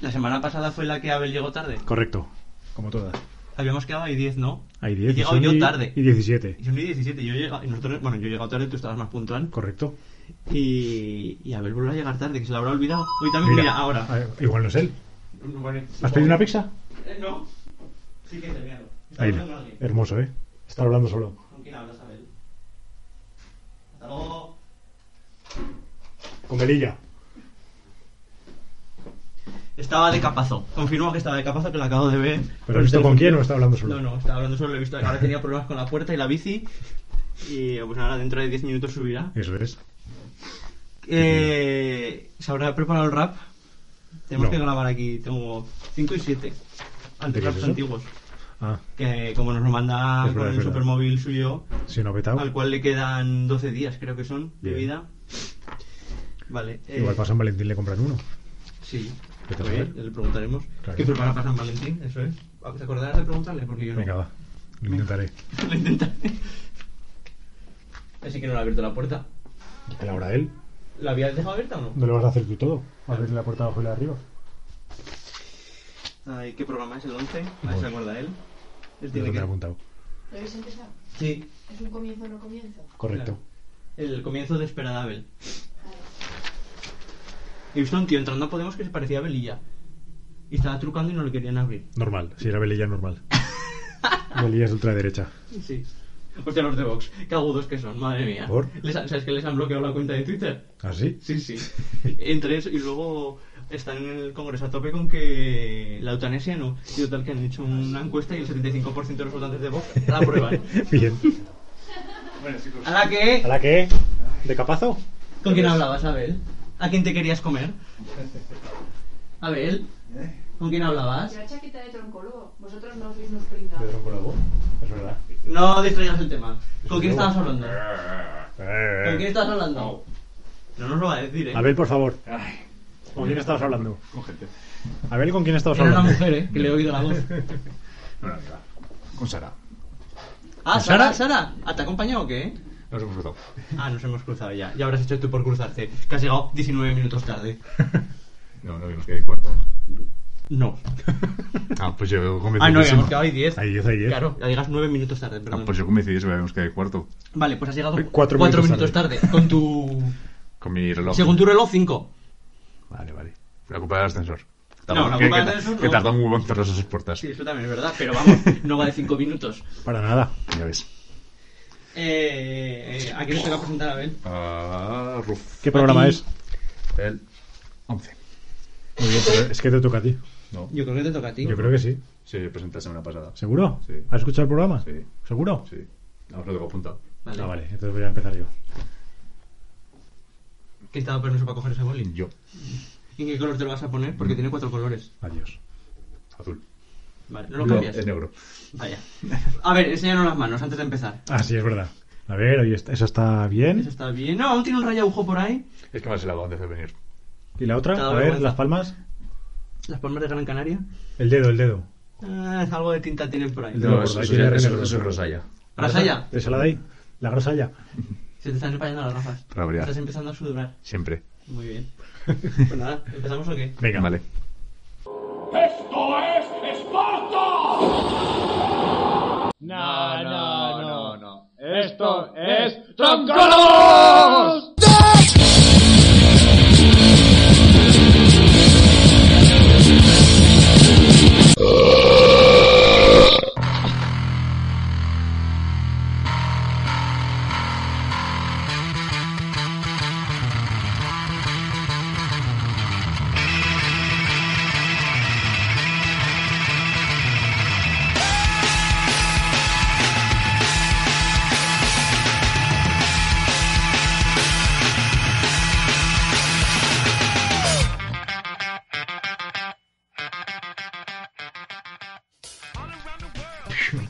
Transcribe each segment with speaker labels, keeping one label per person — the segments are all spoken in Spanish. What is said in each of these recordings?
Speaker 1: La semana pasada fue la que Abel llegó tarde.
Speaker 2: Correcto, como todas.
Speaker 1: Habíamos quedado ahí 10, ¿no?
Speaker 2: Hay
Speaker 1: Y
Speaker 2: 10.
Speaker 1: llegado
Speaker 2: son
Speaker 1: yo
Speaker 2: y-
Speaker 1: tarde.
Speaker 2: Y 17.
Speaker 1: Yo ni 17, yo he llegado- y nosotros, bueno, yo he llegado tarde, tú estabas más puntual.
Speaker 2: Correcto.
Speaker 1: Y, y Abel vuelve a llegar tarde, que se lo habrá olvidado. Hoy también, Ah, mira, ahora.
Speaker 2: a ver, Igual no es él.
Speaker 1: Vale,
Speaker 2: ¿Has
Speaker 1: supongo-
Speaker 2: pedido una pizza?
Speaker 1: Eh, no. Sí que te miedo. Está
Speaker 2: Ahí,
Speaker 1: hablando con alguien.
Speaker 2: hermoso, ¿eh? Está hablando solo.
Speaker 1: ¿Con quién hablas, Abel? Hasta luego.
Speaker 2: Con Melilla.
Speaker 1: Estaba de capazo. Confirmo que estaba de capazo, que lo acabo de ver.
Speaker 2: ¿Pero has visto con quién o está hablando solo?
Speaker 1: No, no, estaba hablando solo. Lo he visto. Ahora tenía problemas con la puerta y la bici. Y pues ahora dentro de 10 minutos subirá.
Speaker 2: Eso es.
Speaker 1: Eh, ¿Se habrá preparado el rap? Tenemos
Speaker 2: No.
Speaker 1: que grabar aquí. Tengo 5 y 7.
Speaker 2: ¿De
Speaker 1: Antes
Speaker 2: qué es
Speaker 1: raps
Speaker 2: eso?
Speaker 1: antiguos.
Speaker 2: Ah,
Speaker 1: Que como nos lo manda
Speaker 2: Es verdad,
Speaker 1: con
Speaker 2: es
Speaker 1: el
Speaker 2: verdad.
Speaker 1: supermóvil suyo,
Speaker 2: si no ha petado.
Speaker 1: al cual le quedan 12 días, creo que son, de
Speaker 2: Bien.
Speaker 1: vida. Vale. eh,
Speaker 2: Igual para San Valentín le compran uno.
Speaker 1: Sí.
Speaker 2: Vete a
Speaker 1: Oye,
Speaker 2: saber.
Speaker 1: le preguntaremos.
Speaker 2: Claro.
Speaker 1: ¿Qué prepara para San Valentín? Eso es. ¿Te acordarás de preguntarle? Porque yo no.
Speaker 2: Venga, va. Lo intentaré.
Speaker 1: Lo intentaré. Así que no le ha abierto la puerta.
Speaker 2: ¿Te la habrá él?
Speaker 1: ¿La habías dejado abierta o
Speaker 2: No lo vas a hacer tú todo. Abrirle la puerta abajo y la de arriba.
Speaker 1: no? Ay, ¿Qué programa es el 11? A ver
Speaker 2: Bueno.
Speaker 1: si se acuerda él. Él
Speaker 2: Pues, Yo
Speaker 1: tiene
Speaker 2: lo he
Speaker 1: que...
Speaker 2: apuntado.
Speaker 3: ¿Lo habéis empezado?
Speaker 1: Sí,
Speaker 3: ¿Es un comienzo o no comienzo?
Speaker 2: Correcto.
Speaker 1: el comienzo de Esperada Abel. He visto a un tío entrando a Podemos que se parecía a Belilla. Y estaba trucando y no le querían abrir.
Speaker 2: Normal. Si era Melilla, normal. Melilla es ultraderecha.
Speaker 1: Sí. Hostia, los de Vox. Qué agudos que son, madre mía.
Speaker 2: ¿Por?
Speaker 1: Les han- ¿Sabes que les han bloqueado la cuenta de Twitter?
Speaker 2: ¿Ah, sí?
Speaker 1: Sí, sí. Entre eso y luego están en el Congreso a tope con que la eutanasia no. Y total que han hecho una encuesta y el 75% de los votantes de Vox la aprueban.
Speaker 2: Bien.
Speaker 1: ¿A la que?
Speaker 2: la qué? ¿De capazo?
Speaker 1: ¿Con quién hablabas, Abel? ¿A quién te querías comer? Abel, ¿con quién hablabas?
Speaker 3: La chaqueta de troncólogo. Vosotros no sois unos pringados.
Speaker 2: Pedro Colabo. Es verdad.
Speaker 1: No distraigas el tema. ¿Con quién estabas hablando? ¿Con
Speaker 4: Eh,
Speaker 1: quién estabas hablando? No nos lo va a decir, ¿eh?
Speaker 2: Abel, por favor.
Speaker 4: Ay,
Speaker 2: ¿Con quién estabas hablando?
Speaker 4: con gente.
Speaker 2: Abel, ¿con quién estabas
Speaker 1: Era una
Speaker 2: hablando?
Speaker 1: mujer, ¿eh? Que le he oído la voz.
Speaker 4: No, no, no. Con Sara.
Speaker 1: Ah, Sara,
Speaker 2: ¿Sara?
Speaker 1: Sara, ¿ah, ¿te ha acompañado o qué?
Speaker 4: Nos hemos cruzado.
Speaker 1: Ah, nos hemos cruzado ya. Ya habrás hecho tú por cruzarte. Que has llegado 19 minutos tarde.
Speaker 4: No, no vimos que hay cuarto.
Speaker 1: No.
Speaker 4: Ah, pues yo
Speaker 1: Ah, no,
Speaker 4: convencidísimo.
Speaker 1: habíamos quedado ahí 10.
Speaker 2: Hay 10, hay 10.
Speaker 1: Claro, ya llegas 9 minutos tarde,
Speaker 4: Ah,
Speaker 1: perdón.
Speaker 4: pues yo convencidísimo habíamos quedado en cuarto.
Speaker 1: Vale, pues has llegado
Speaker 2: Cuatro
Speaker 1: 4
Speaker 2: minutos
Speaker 1: minutos tarde.
Speaker 2: tarde.
Speaker 1: Con tu.
Speaker 4: Con mi reloj.
Speaker 1: Según tu reloj, 5.
Speaker 4: Vale, vale. La culpa del ascensor.
Speaker 1: No, la
Speaker 4: que,
Speaker 1: culpa
Speaker 4: que-
Speaker 1: del ascensor
Speaker 4: Que
Speaker 1: no.
Speaker 4: tarda un huevo en cerrar esas puertas.
Speaker 1: Sí, eso también es verdad, pero vamos, no va de 5 minutos.
Speaker 2: Para nada.
Speaker 4: Ya ves.
Speaker 1: Eh, eh, ¿A quién le toca presentar a Abel?
Speaker 4: Ah, Ruf.
Speaker 2: ¿Qué programa
Speaker 1: Aquí.
Speaker 2: es?
Speaker 4: El 11.
Speaker 2: Muy bien, pero es que te toca a ti.
Speaker 4: No.
Speaker 1: Yo creo que te toca a ti.
Speaker 2: Yo creo que sí.
Speaker 4: Sí, presenté la semana pasada.
Speaker 2: ¿Seguro?
Speaker 4: Sí.
Speaker 2: ¿Has escuchado el programa?
Speaker 4: Sí.
Speaker 2: ¿Seguro?
Speaker 4: Sí. Ahora lo tengo apuntado.
Speaker 1: Vale.
Speaker 2: Ah, vale. Entonces voy a empezar yo.
Speaker 1: ¿Quién te ha dado permiso para coger ese boli?
Speaker 4: Yo.
Speaker 1: ¿Y qué color te lo vas a poner?
Speaker 2: Mm.
Speaker 1: Porque tiene cuatro colores.
Speaker 2: Adiós.
Speaker 4: Azul.
Speaker 1: Vale, no lo
Speaker 4: Yo,
Speaker 1: cambias.
Speaker 4: En negro.
Speaker 1: Vaya. A ver, enséñanos las manos antes de empezar.
Speaker 2: Ah, sí, es verdad. A ver, oye, esta- esa está
Speaker 1: Eso
Speaker 2: bien.
Speaker 1: está bien. No, aún tiene un rayaujo por ahí.
Speaker 4: Es que me has helado antes de venir.
Speaker 2: ¿Y la
Speaker 1: Te ha
Speaker 2: otra?
Speaker 1: dado
Speaker 2: A ver,
Speaker 1: vergüenza.
Speaker 2: las palmas.
Speaker 1: Las palmas de Gran Canaria.
Speaker 2: El dedo, el dedo.
Speaker 1: Ah, algo de tinta tienen por ahí.
Speaker 2: No,
Speaker 4: eso,
Speaker 2: ahí
Speaker 4: eso,
Speaker 2: tiene
Speaker 4: ya- eso-
Speaker 2: negro.
Speaker 4: eso es rosalla.
Speaker 1: Rasalla.
Speaker 2: ¿Te sale de ahí? La grosalla.
Speaker 1: Se te están empañando las gafas.
Speaker 4: Para variar.
Speaker 1: Estás empezando a sudorar.
Speaker 4: Siempre.
Speaker 1: Muy bien. Pues nada, ¿empezamos o qué?
Speaker 2: Venga.
Speaker 4: Vale.
Speaker 5: ¡Esto es Esparta!
Speaker 6: No, no, no,
Speaker 4: no.
Speaker 6: Esto es Troncólogos.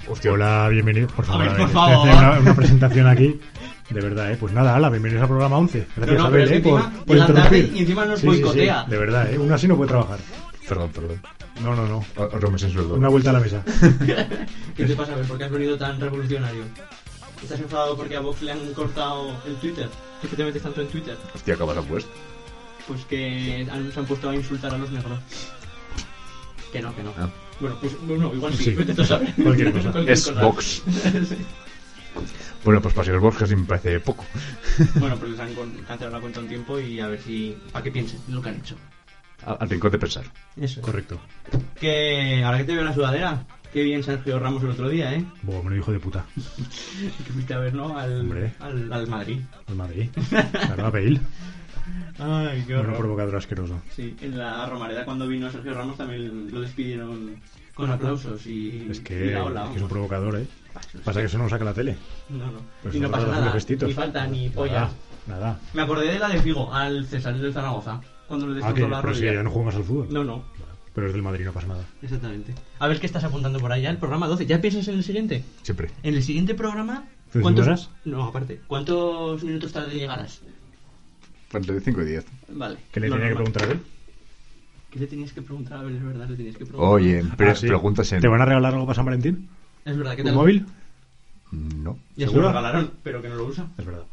Speaker 4: Hostia,
Speaker 2: Hola, bienvenidos. Por favor,
Speaker 1: A ver,
Speaker 2: a
Speaker 1: por
Speaker 2: ver,
Speaker 1: favor.
Speaker 2: estoy haciendo Una, una presentación aquí. De verdad, ¿eh? Pues nada, ala, bienvenidos al programa 11. Gracias,
Speaker 1: No, no, pero
Speaker 2: Abel,
Speaker 1: es
Speaker 2: ¿eh?
Speaker 1: que
Speaker 2: Por,
Speaker 1: encima
Speaker 2: por
Speaker 1: llega tarde
Speaker 2: interrumpir.
Speaker 1: y encima nos
Speaker 2: Sí, sí, sí.
Speaker 1: boicotea.
Speaker 2: De verdad, ¿eh? Uno así no puede trabajar.
Speaker 4: Perdón, perdón.
Speaker 2: No, no, no.
Speaker 4: O- Otro mes en sueldo.
Speaker 2: Una vuelta a la mesa.
Speaker 1: ¿Qué te pasa? A ver, ¿Por qué has venido tan revolucionario? ¿Estás enfadado porque a Vox le han cortado el Twitter? ¿Por qué te metes tanto en Twitter?
Speaker 4: Hostia, acabas a pues.
Speaker 1: Pues que han- se han puesto a insultar a los negros. Que no, que no.
Speaker 4: Ah.
Speaker 1: Bueno, pues bueno, igual sí,
Speaker 2: Sí.
Speaker 1: vete tú a saber.
Speaker 2: Cualquier cosa.
Speaker 4: Es Vox.
Speaker 1: Sí.
Speaker 4: Bueno, pues para ser Vox casi me parece poco.
Speaker 1: Bueno, pues les han con- cancelado la cuenta un tiempo y a ver si. a que piensen lo que han hecho.
Speaker 4: Al, al rincón de pensar.
Speaker 1: Eso.
Speaker 2: Correcto.
Speaker 1: Que ahora que te veo en la sudadera, qué bien Sergio Ramos el otro día, ¿eh?
Speaker 2: Bueno, hijo de puta.
Speaker 1: Que fuiste a ver, ¿no? Al,
Speaker 2: Hombre.
Speaker 1: al, al Madrid.
Speaker 2: Al Madrid. Pues Claro, a Bale.
Speaker 1: Ay, qué
Speaker 2: Bueno, provocador asqueroso.
Speaker 1: Sí, en la Romareda cuando vino Sergio Ramos también lo despidieron con aplausos y.
Speaker 2: Es
Speaker 1: y
Speaker 2: que,
Speaker 1: la ola,
Speaker 2: es, que es un
Speaker 1: vamos.
Speaker 2: provocador, ¿eh? Pasa que eso no lo saca la tele.
Speaker 1: No, no.
Speaker 2: Pues
Speaker 1: y no
Speaker 2: nosotros
Speaker 1: pasa
Speaker 2: hacemos
Speaker 1: nada.
Speaker 2: gestitos.
Speaker 1: Ni falta ni polla.
Speaker 2: Nada, nada.
Speaker 1: Me acordé de la de Figo, al César del Zaragoza, cuando le
Speaker 2: Ah,
Speaker 1: destrozó
Speaker 2: que,
Speaker 1: la
Speaker 2: pero si
Speaker 1: rodilla.
Speaker 2: ya no jugamos al fútbol.
Speaker 1: no, no,
Speaker 2: Pero es del Madrid, no pasa nada.
Speaker 1: exactamente. A ver qué estás apuntando por allá, el programa 12. ¿Ya piensas en el siguiente?
Speaker 4: Siempre.
Speaker 1: En el siguiente programa.
Speaker 2: ¿Tres
Speaker 1: ¿Cuántos
Speaker 2: horas?
Speaker 1: No, aparte. ¿Cuántos minutos tarde llegarás?
Speaker 4: Entre 5 y 10.
Speaker 1: Vale.
Speaker 2: ¿Qué le
Speaker 1: Lo
Speaker 2: tenía que
Speaker 1: normal.
Speaker 2: preguntar a él?
Speaker 1: ¿Qué le tenías que preguntar? A ver, es verdad, le tenías que preguntar.
Speaker 4: Oye, pero
Speaker 2: Ah, sí.
Speaker 4: preguntas en.
Speaker 2: ¿Te van a regalar algo para San Valentín?
Speaker 1: Es verdad que
Speaker 2: ¿Un móvil?
Speaker 4: No.
Speaker 1: Ya se lo
Speaker 2: ¿Seguro?
Speaker 1: regalaron, pero que no lo usa.
Speaker 2: Es verdad.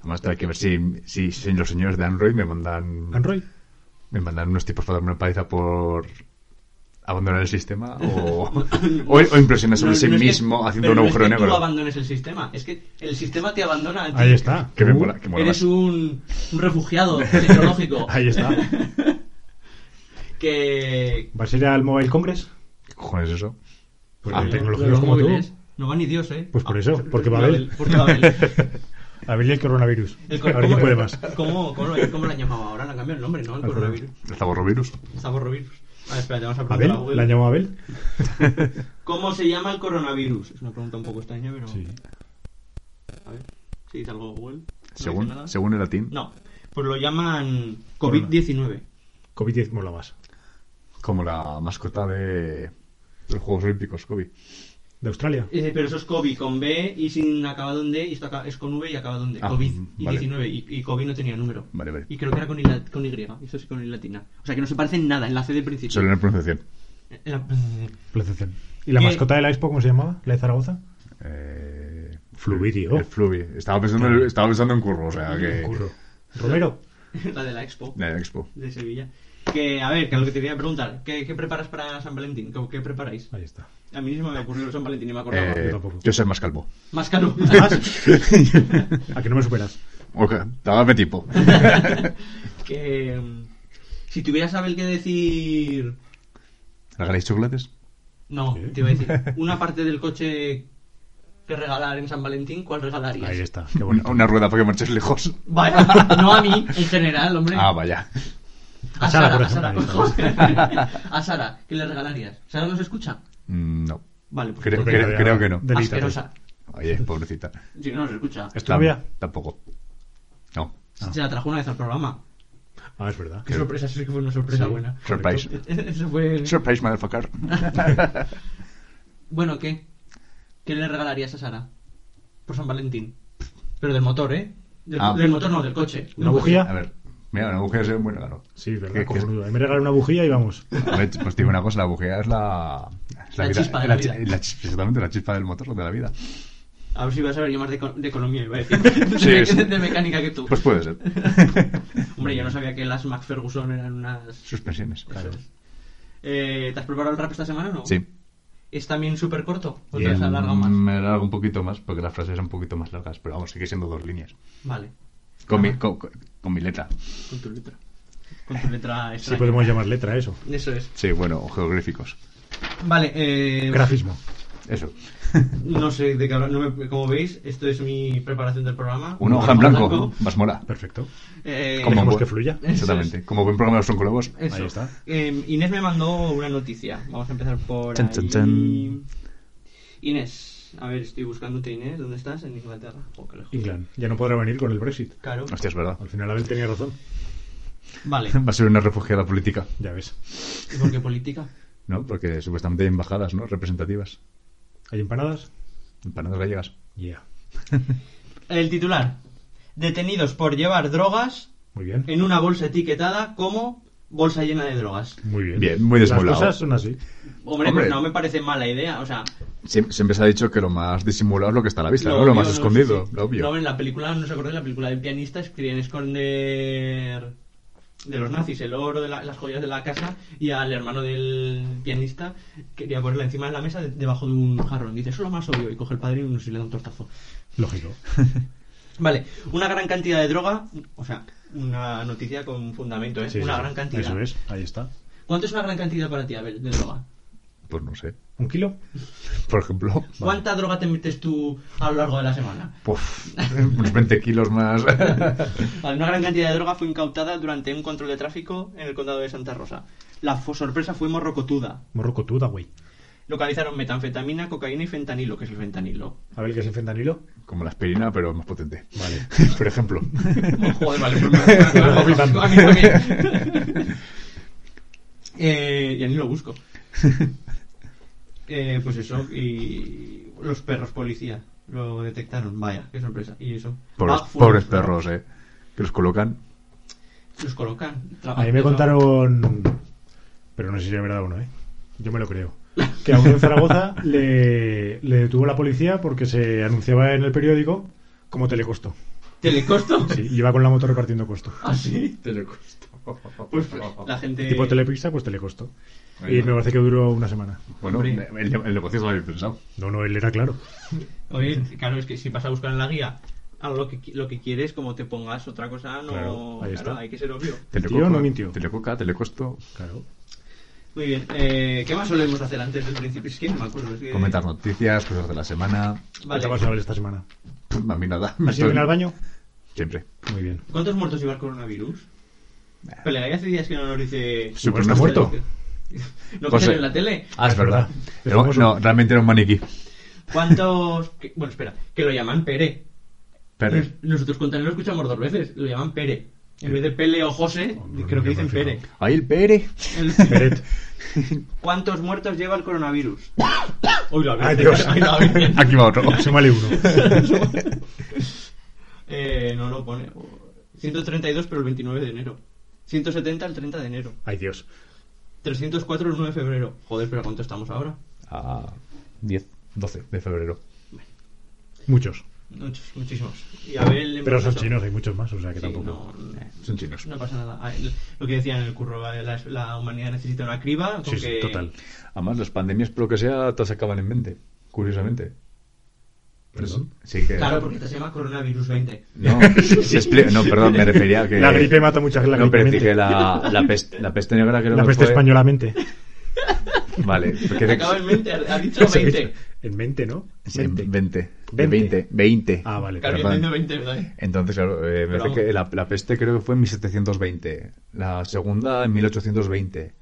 Speaker 4: Además, hay que ver si, si, si los señores de Android me mandan.
Speaker 2: ¿Android?
Speaker 4: Me mandan unos tipos para darme una paliza por abandonar el sistema o, o, o impresiones sobre
Speaker 1: No,
Speaker 4: sí
Speaker 1: no es que-
Speaker 4: mismo haciendo
Speaker 1: pero
Speaker 4: un
Speaker 1: no
Speaker 4: agujero
Speaker 1: es que Tú
Speaker 4: negro.
Speaker 1: abandones el sistema, es que el sistema te abandona a ti.
Speaker 2: Ahí está.
Speaker 4: Que me
Speaker 2: Uh,
Speaker 4: mola, que mola
Speaker 1: Eres
Speaker 4: más.
Speaker 1: un, un refugiado tecnológico.
Speaker 2: Ahí está.
Speaker 1: que.
Speaker 2: ¿Vas a ir al Mobile Congress?
Speaker 4: ¿Qué cojones es eso?
Speaker 2: Porque
Speaker 4: Ah,
Speaker 2: hay
Speaker 4: no,
Speaker 2: tecnológicos como
Speaker 1: móviles,
Speaker 2: tú.
Speaker 1: No va ni Dios, ¿eh?
Speaker 2: Pues por
Speaker 1: Ah,
Speaker 2: eso, porque va a haber.
Speaker 1: Porque va a haber.
Speaker 2: A ver el coronavirus.
Speaker 1: El cor-
Speaker 2: a ver quién
Speaker 1: ¿cómo-
Speaker 2: puede más.
Speaker 1: ¿Cómo, cómo, lo- cómo lo han llamado ahora? Le han cambiado el nombre, ¿no? El
Speaker 2: Al
Speaker 1: coronavirus.
Speaker 4: ¿El zaborrovirus?
Speaker 1: Zaborrovirus. A ver, espérate, vamos a preguntar
Speaker 2: ¿Abel?
Speaker 1: a Google.
Speaker 2: ¿La han llamado Abel?
Speaker 1: ¿Cómo se llama el coronavirus? Es una pregunta un poco extraña, pero.
Speaker 2: Sí.
Speaker 1: A ver. Sí, dice algo Google. No dice
Speaker 4: Según,
Speaker 1: nada.
Speaker 4: según el latín.
Speaker 1: No, pues lo llaman COVID-19.
Speaker 2: COVID-10 mola más.
Speaker 4: Como la mascota de los Juegos Olímpicos, Kobe.
Speaker 2: ¿De Australia?
Speaker 1: Eh, pero eso es COVID con B y sin acabado en D, y esto acaba- es con V y acabado en D.
Speaker 4: Ah,
Speaker 1: COVID y
Speaker 4: vale.
Speaker 1: 19, y, y COVID no tenía número.
Speaker 4: Vale, vale.
Speaker 1: Y creo que era con, ila- con Y, eso sí con Y latina. O sea que no se parecen nada en la C del principio.
Speaker 4: Solo en la pronunciación.
Speaker 1: Eh, la-
Speaker 2: Placenzen. ¿Y la
Speaker 1: ¿Qué?
Speaker 2: mascota de la Expo cómo se llamaba? ¿La de Zaragoza?
Speaker 4: Eh,
Speaker 2: Fluvidio.
Speaker 4: El Fluvi. Estaba pensando, estaba pensando en curro, o sea Ah, que.
Speaker 2: Curro. ¿Romero?
Speaker 1: la de la Expo
Speaker 4: La expo.
Speaker 1: de Sevilla. Que, a ver, que lo que te quería preguntar, ¿qué, qué preparas para San Valentín? ¿Qué, qué preparáis?
Speaker 2: Ahí está.
Speaker 1: A mí mismo me ocurrió el San Valentín y me acordaba.
Speaker 4: Eh,
Speaker 2: yo tampoco.
Speaker 4: yo soy más calvo.
Speaker 1: Más caro.
Speaker 2: ¿A Ah, que no me superas?
Speaker 4: ok, dame tipo.
Speaker 1: que, mm, si tuvieras a ver qué decir
Speaker 4: ¿Regaláis chocolates?
Speaker 1: No,
Speaker 2: ¿Sí?
Speaker 1: te iba a decir, una parte del coche que regalar en San Valentín, ¿cuál regalarías?
Speaker 2: Ahí está. Qué
Speaker 4: Una,
Speaker 2: bonito.
Speaker 4: una rueda para que marches lejos.
Speaker 1: Vaya, no a mí, en general, hombre.
Speaker 4: Ah, vaya.
Speaker 1: a
Speaker 2: A
Speaker 1: Sara,
Speaker 2: Sara, por
Speaker 1: a Sara,
Speaker 2: ejemplo,
Speaker 1: cojo. a Sara, ¿qué le regalarías? ¿Sara nos escucha?
Speaker 4: Mm, No.
Speaker 1: Vale, pues
Speaker 4: Creo,
Speaker 1: entonces-
Speaker 4: creo- creo que no.
Speaker 2: De- delítate.
Speaker 1: asquerosa.
Speaker 4: Oye, pobrecita.
Speaker 1: Sí, no nos escucha.
Speaker 2: ¿Es tu
Speaker 4: Tam-
Speaker 2: novia?
Speaker 4: Tampoco. No.
Speaker 1: Se la trajo una vez al programa.
Speaker 2: Ah, es verdad.
Speaker 1: Qué sorpresa, eso sí que fue una sorpresa
Speaker 2: Sí.
Speaker 1: buena.
Speaker 4: Surprise.
Speaker 1: Eso fue...
Speaker 4: Surprise, motherfucker.
Speaker 1: Bueno, ¿qué? ¿Qué le regalarías a Sara? Por San Valentín. Pero del motor, ¿eh? Del,
Speaker 4: Ah.
Speaker 1: del motor no, del coche.
Speaker 2: ¿Una
Speaker 1: Del coche.
Speaker 2: bujía?
Speaker 4: A ver. Mira, eh, una bujía es un buen regalo.
Speaker 2: Sí, es verdad.
Speaker 4: ¿Qué- qué-
Speaker 2: cojonudo. Ahí Me regalan una bujía y vamos.
Speaker 4: A ver, pues te digo una cosa, la bujía es la... es
Speaker 1: La chispa de la vida.
Speaker 4: chi- la chi- exactamente, la chispa del motor de la vida.
Speaker 1: A ver si vas a ver yo más de, eco- de economía, iba a decir. De-
Speaker 4: Sí,
Speaker 1: de,
Speaker 4: sí.
Speaker 1: de mecánica que tú.
Speaker 4: Pues puede ser.
Speaker 1: Hombre, yo no sabía que las McFerguson eran unas.
Speaker 4: Suspensiones.
Speaker 1: Eso es. Eh, ¿Te has preparado el rap esta semana o no?
Speaker 4: Sí.
Speaker 1: ¿Es también súper corto? ¿O te
Speaker 4: Bien,
Speaker 1: has alargado más?
Speaker 4: Me alargo un poquito más porque las frases son un poquito más largas, pero vamos, sigue siendo dos líneas.
Speaker 1: Vale,
Speaker 4: Con, mi, con, con- con mi letra.
Speaker 1: con tu letra. Con tu letra
Speaker 2: Sí
Speaker 1: extraña.
Speaker 2: podemos llamar letra a eso.
Speaker 1: Eso es.
Speaker 4: Sí, bueno, o geográficos.
Speaker 1: Vale, eh,
Speaker 2: Grafismo.
Speaker 4: Eso.
Speaker 1: no sé de qué hablar. no me- como veis, esto es mi preparación del programa.
Speaker 4: Una hoja en blanco, más mola.
Speaker 2: Perfecto.
Speaker 1: Eh,
Speaker 4: Como
Speaker 2: Dejemos
Speaker 4: buen-
Speaker 2: que fluya.
Speaker 1: es.
Speaker 4: Exactamente. Como buen programa de los troncolobos.
Speaker 1: eso.
Speaker 2: Ahí está.
Speaker 1: Eh, Inés me mandó una noticia. Vamos a empezar por.
Speaker 4: Chan, chan,
Speaker 1: ahí.
Speaker 4: chan.
Speaker 1: Inés, a ver, estoy buscándote, Inés. ¿Dónde estás? En Inglaterra. Oh, qué lejos.
Speaker 2: England. Ya no podrá venir con el Brexit.
Speaker 1: Claro.
Speaker 4: Hostia, es verdad.
Speaker 2: Al final Abel tenía razón.
Speaker 1: Vale.
Speaker 4: Va a ser una refugiada política,
Speaker 2: Ya ves.
Speaker 1: ¿Y por qué política?
Speaker 4: ¿no? Porque supuestamente hay embajadas, ¿no? Representativas.
Speaker 2: ¿Hay empanadas?
Speaker 4: Empanadas gallegas.
Speaker 2: Yeah.
Speaker 1: El titular. Detenidos por llevar drogas
Speaker 2: Muy bien.
Speaker 1: en una bolsa etiquetada como bolsa llena de drogas.
Speaker 2: Muy bien.
Speaker 4: Bien, muy
Speaker 2: Las
Speaker 4: desmolado.
Speaker 2: cosas son así.
Speaker 1: Hombre,
Speaker 4: Hombre.
Speaker 1: pues no me parece mala idea. O sea,
Speaker 4: Sie- Siempre se ha dicho que lo más disimulado es lo que está a la vista, ¿no? Pues Lo
Speaker 1: obvio
Speaker 4: más
Speaker 1: no-
Speaker 4: escondido,
Speaker 1: sí.
Speaker 4: lo obvio.
Speaker 1: No, en la película, no se acuerda, en la película del pianista es- querían esconder de los nazis, el oro de la- las joyas de la casa y al hermano del pianista quería ponerla encima de la mesa de- debajo de un jarrón. Dice, eso es lo más obvio y coge el padre y se le da un tortazo.
Speaker 2: Lógico.
Speaker 1: Vale, una gran cantidad de droga, o sea, una noticia con fundamento, ¿eh?
Speaker 2: Sí,
Speaker 1: una
Speaker 2: sí,
Speaker 1: gran
Speaker 2: sí.
Speaker 1: cantidad.
Speaker 2: Eso es, ahí está.
Speaker 1: ¿Cuánto es una gran cantidad para ti, Abel, de droga?
Speaker 4: Pues no sé.
Speaker 2: ¿Un kilo?
Speaker 4: Por ejemplo,
Speaker 1: ¿Cuánta droga te metes tú a lo largo de la semana?
Speaker 4: puf, unos 20 kilos más.
Speaker 1: Vale, una gran cantidad de droga fue incautada durante un control de tráfico en el condado de Santa Rosa. La fo- sorpresa fue morrocotuda.
Speaker 2: Morrocotuda, güey.
Speaker 1: Localizaron metanfetamina, cocaína y fentanilo, que es el fentanilo.
Speaker 2: A ver qué es el fentanilo.
Speaker 4: Como la aspirina, pero más potente.
Speaker 2: Vale.
Speaker 4: Por ejemplo.
Speaker 1: Joder, vale, pues me-
Speaker 2: Lo dejo flipando.
Speaker 1: A mí también. Eh, ya ni lo busco. Eh, pues eso, y los perros policía lo detectaron. Vaya, qué sorpresa. Y eso.
Speaker 4: Pobres,
Speaker 1: Ah, fueron
Speaker 4: pobres
Speaker 1: los
Speaker 4: perros, eh. Que los colocan.
Speaker 1: Los colocan.
Speaker 2: A mí me contaron. Pero no sé si es verdad o no, ¿eh? Yo me lo creo. Que a uno en Zaragoza le, le detuvo la policía porque se anunciaba en el periódico como telecosto.
Speaker 1: ¿Telecosto?
Speaker 2: Sí, y iba con la moto repartiendo costo.
Speaker 1: Ah, sí, telecosto. Pues la gente.
Speaker 2: Tipo telepizza, pues telecosto.
Speaker 4: Ahí
Speaker 2: Y
Speaker 4: va.
Speaker 2: me parece que duró una semana.
Speaker 4: Bueno, el,
Speaker 1: Hombre.
Speaker 4: el negocio lo habéis pensado.
Speaker 2: No, no, él era claro.
Speaker 1: Oye, claro, es que si vas a buscar en la guía a lo que, qui- lo que quieres, como te pongas otra cosa, no.
Speaker 2: Claro, ahí está.
Speaker 1: hay que ser obvio.
Speaker 2: tío no mintió.
Speaker 4: Telecoca, telecosto.
Speaker 2: Claro.
Speaker 1: Muy bien, eh, ¿qué más solemos hacer antes del principio? Es que no me acuerdo. es que-
Speaker 4: Comentar noticias, cosas de la semana.
Speaker 2: Vale.
Speaker 1: Vale.
Speaker 2: a ver esta semana?
Speaker 4: Pff, A mí nada.
Speaker 2: ¿Has ido bien al baño?
Speaker 4: Siempre.
Speaker 2: Muy bien.
Speaker 1: ¿Cuántos muertos lleva el coronavirus? Pelea, ya hace días que no nos dice.
Speaker 4: Sí,
Speaker 2: Igual
Speaker 4: pero
Speaker 2: está pues
Speaker 4: no-
Speaker 2: muerto.
Speaker 1: ¿No que
Speaker 4: Pues,
Speaker 1: sale
Speaker 4: eh,
Speaker 1: en la tele?
Speaker 4: Ah, es verdad.
Speaker 2: verdad. Es
Speaker 4: Pero,
Speaker 2: famoso.
Speaker 4: no, realmente era un maniquí.
Speaker 1: ¿Cuántos.? que- bueno, espera, que lo llaman Pere.
Speaker 4: Pero,
Speaker 1: Nos- Nosotros con Tania lo escuchamos dos veces, lo llaman Pere. En vez de Pele o José,
Speaker 2: Hombre,
Speaker 1: creo
Speaker 2: pues
Speaker 1: que
Speaker 2: no me
Speaker 1: dicen
Speaker 2: he
Speaker 1: Pere.
Speaker 2: fijado.
Speaker 4: ¡Ahí el Pere!
Speaker 1: El-
Speaker 2: Peret.
Speaker 1: ¿Cuántos muertos lleva el coronavirus? Uy, la
Speaker 2: Ay, Dios.
Speaker 4: Aquí va otro.
Speaker 2: Súmale uno.
Speaker 1: Eh, no lo pone. 132, pero el 29 de enero. 170 el 30 de enero.
Speaker 2: Ay, Dios.
Speaker 1: 304 el 9 de febrero. Joder, pero ¿cuánto estamos ahora?
Speaker 4: A 10, 12 de febrero.
Speaker 2: Muchos.
Speaker 1: Muchos, muchísimos. Y Abel,
Speaker 2: Pero son
Speaker 1: eso.
Speaker 2: chinos, hay muchos más, o sea que
Speaker 1: Sí,
Speaker 2: tampoco.
Speaker 1: no, eh,
Speaker 4: Son chinos.
Speaker 1: no pasa nada. Ah, el- Lo que decía en el curro, eh, la, la humanidad necesita una criba. con
Speaker 2: Sí, sí,
Speaker 1: que-
Speaker 2: total.
Speaker 4: Además, las pandemias, por lo que sea, todas acaban en mente. Curiosamente.
Speaker 2: Perdón.
Speaker 4: Sí que.
Speaker 1: Claro, porque esta se llama coronavirus 20.
Speaker 4: No, se expli- no, perdón, me refería a que.
Speaker 2: La gripe mata mucha gente.
Speaker 4: No, pero dije la, la, peste, la peste negra creo
Speaker 2: La
Speaker 4: que
Speaker 2: peste
Speaker 4: fue-
Speaker 2: españolamente.
Speaker 4: Vale, porque
Speaker 1: Acaba en 20, ha ha dicho 20.
Speaker 2: En mente, ¿no?
Speaker 4: Sí,
Speaker 2: Mente.
Speaker 4: 20.
Speaker 2: Veinte.
Speaker 4: 20. 20.
Speaker 2: Ah, vale.
Speaker 1: Claro, yo
Speaker 4: Perdón.
Speaker 1: entiendo 20, ¿verdad? eh?
Speaker 4: Eh, Entonces, claro, eh, me
Speaker 1: Pero
Speaker 4: parece que la, la peste creo que fue en 1720. La segunda en 1820.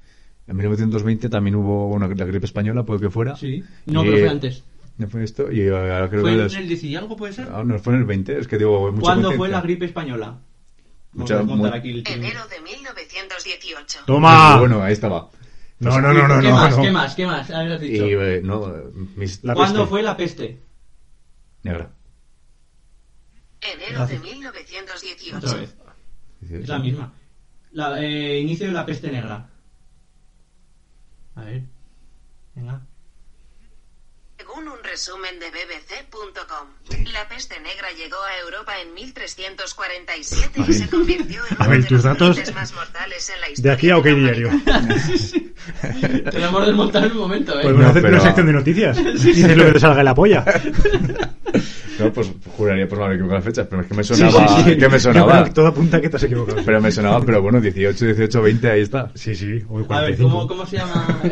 Speaker 4: En 1920 también hubo una, la gripe española, por lo que fuera.
Speaker 1: Sí. No,
Speaker 4: Y,
Speaker 1: pero
Speaker 4: eh,
Speaker 1: fue antes.
Speaker 4: No fue esto. Y eh, ahora creo
Speaker 1: ¿Fue
Speaker 4: que.
Speaker 1: en
Speaker 4: las-
Speaker 1: el 10 y algo, puede ser?
Speaker 4: Ah, no, fue en el 20. Es que digo, mucha
Speaker 1: ¿Cuándo fue
Speaker 4: coincidencia.
Speaker 1: la gripe española? Vamos
Speaker 4: Mucha-
Speaker 1: a montar
Speaker 4: mu-
Speaker 1: aquí el timbre.
Speaker 7: Enero de 1918.
Speaker 2: ¡Toma!
Speaker 4: Bueno, ahí estaba.
Speaker 2: No, no, no, no,
Speaker 1: ¿Qué
Speaker 2: no,
Speaker 1: más?
Speaker 2: no.
Speaker 1: ¿Qué más? ¿Qué más? Ahora has
Speaker 4: Y
Speaker 1: dicho.
Speaker 4: eh, no, eh, mis-
Speaker 2: La-
Speaker 1: ¿Cuándo
Speaker 2: peste.
Speaker 1: fue la peste?
Speaker 4: negra.
Speaker 7: Enero de
Speaker 1: Gracias. Otra
Speaker 7: 1918.
Speaker 1: vez. Es la misma. La, eh, inicio de la peste negra. A ver. Venga.
Speaker 7: Según un resumen de bbc.com, la peste negra llegó a Europa en 1347 y se convirtió en
Speaker 2: A ver,
Speaker 7: uno de
Speaker 2: tus
Speaker 7: los
Speaker 2: datos
Speaker 7: brotes más mortales en la
Speaker 2: De
Speaker 7: historia.
Speaker 2: aquí a OK
Speaker 7: de la
Speaker 2: Diario.
Speaker 7: humanidad.
Speaker 1: Tenemos desmontar un momento, ¿eh?
Speaker 2: Podemos
Speaker 4: No,
Speaker 2: hacer
Speaker 4: pero-
Speaker 2: Pues una sección de noticias. Dices lo que te salga de la polla.
Speaker 4: No, pues juraría por no haber equivocado las fechas, pero es que me sonaba.
Speaker 2: Sí, sí, sí.
Speaker 4: Que me
Speaker 2: Ya,
Speaker 4: sonaba.
Speaker 2: bueno, todo apunta que te has equivocado.
Speaker 4: Pero me sonaba, pero bueno, 18, 18, 20, ahí está.
Speaker 2: Sí, sí, hoy
Speaker 1: A ver,
Speaker 4: pues,
Speaker 2: 45.
Speaker 1: ¿cómo, cómo se llama?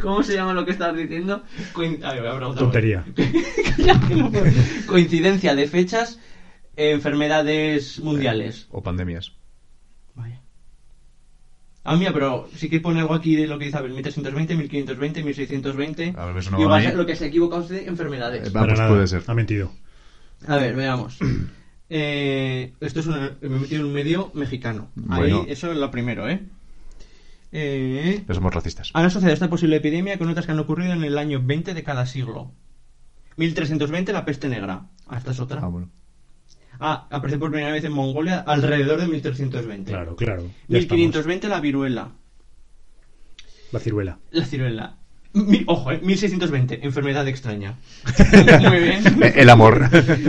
Speaker 1: ¿Cómo se llama lo que estás diciendo? Coin- A ver, voy a preguntar.
Speaker 2: Tontería.
Speaker 1: Ya que no puedo. Coincidencia de fechas, eh, enfermedades mundiales.
Speaker 4: O pandemias.
Speaker 1: Vaya. Ah, mira, pero sí que pone algo aquí de lo que dice Abel: 1320, 1520, 1620.
Speaker 4: A ver, eso no
Speaker 1: y
Speaker 4: va
Speaker 1: va a
Speaker 4: ahí.
Speaker 1: ser lo que se ha equivocado usted, enfermedades.
Speaker 4: Eh,
Speaker 2: Para
Speaker 4: Vamos,
Speaker 2: nada,
Speaker 4: puede ser.
Speaker 2: Ha mentido.
Speaker 1: A ver, veamos. Eh, esto es una, me he metido en un medio mexicano.
Speaker 4: Bueno.
Speaker 1: Ahí, eso es lo primero, ¿eh? Eh,
Speaker 4: Pero somos racistas.
Speaker 1: Han asociado esta posible epidemia con otras que han ocurrido en el año 20 de cada siglo. 1320, la peste negra. Ah, esta es otra.
Speaker 4: Ah, bueno.
Speaker 1: Ah, apareció por primera vez en Mongolia alrededor de 1320.
Speaker 2: Claro, claro. Ya estamos.
Speaker 1: 1520, la viruela.
Speaker 2: La ciruela.
Speaker 1: La ciruela. Mi- ojo, eh, 1620, enfermedad extraña. Muy bien.
Speaker 2: Eh,
Speaker 4: El amor.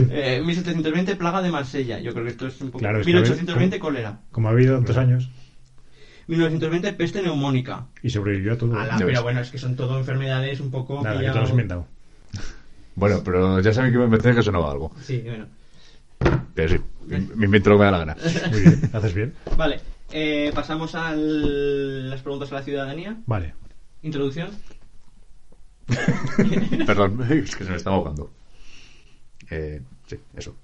Speaker 1: Eh, 1720, plaga de Marsella. Yo creo que esto es un poco.
Speaker 2: Claro, es que
Speaker 1: 1820,
Speaker 2: habéis-
Speaker 1: cólera.
Speaker 2: Como ha habido tantos años
Speaker 1: 1920, peste neumónica.
Speaker 2: y sobrevivió a todo.
Speaker 1: Ala,
Speaker 4: Ya ves.
Speaker 1: pero bueno, es que son todo enfermedades un poco.
Speaker 2: Nada, que
Speaker 1: ya-
Speaker 2: te lo has inventado.
Speaker 4: Bueno, pero ya saben que me parece que sonaba algo.
Speaker 1: Sí, bueno.
Speaker 4: Pero sí, me invento lo que me da la gana.
Speaker 2: Muy bien, haces bien.
Speaker 1: Vale, eh, pasamos a las preguntas a la ciudadanía.
Speaker 2: Vale.
Speaker 1: Introducción.
Speaker 4: Perdón, es que se me estaba ahogando. Eh, sí, eso.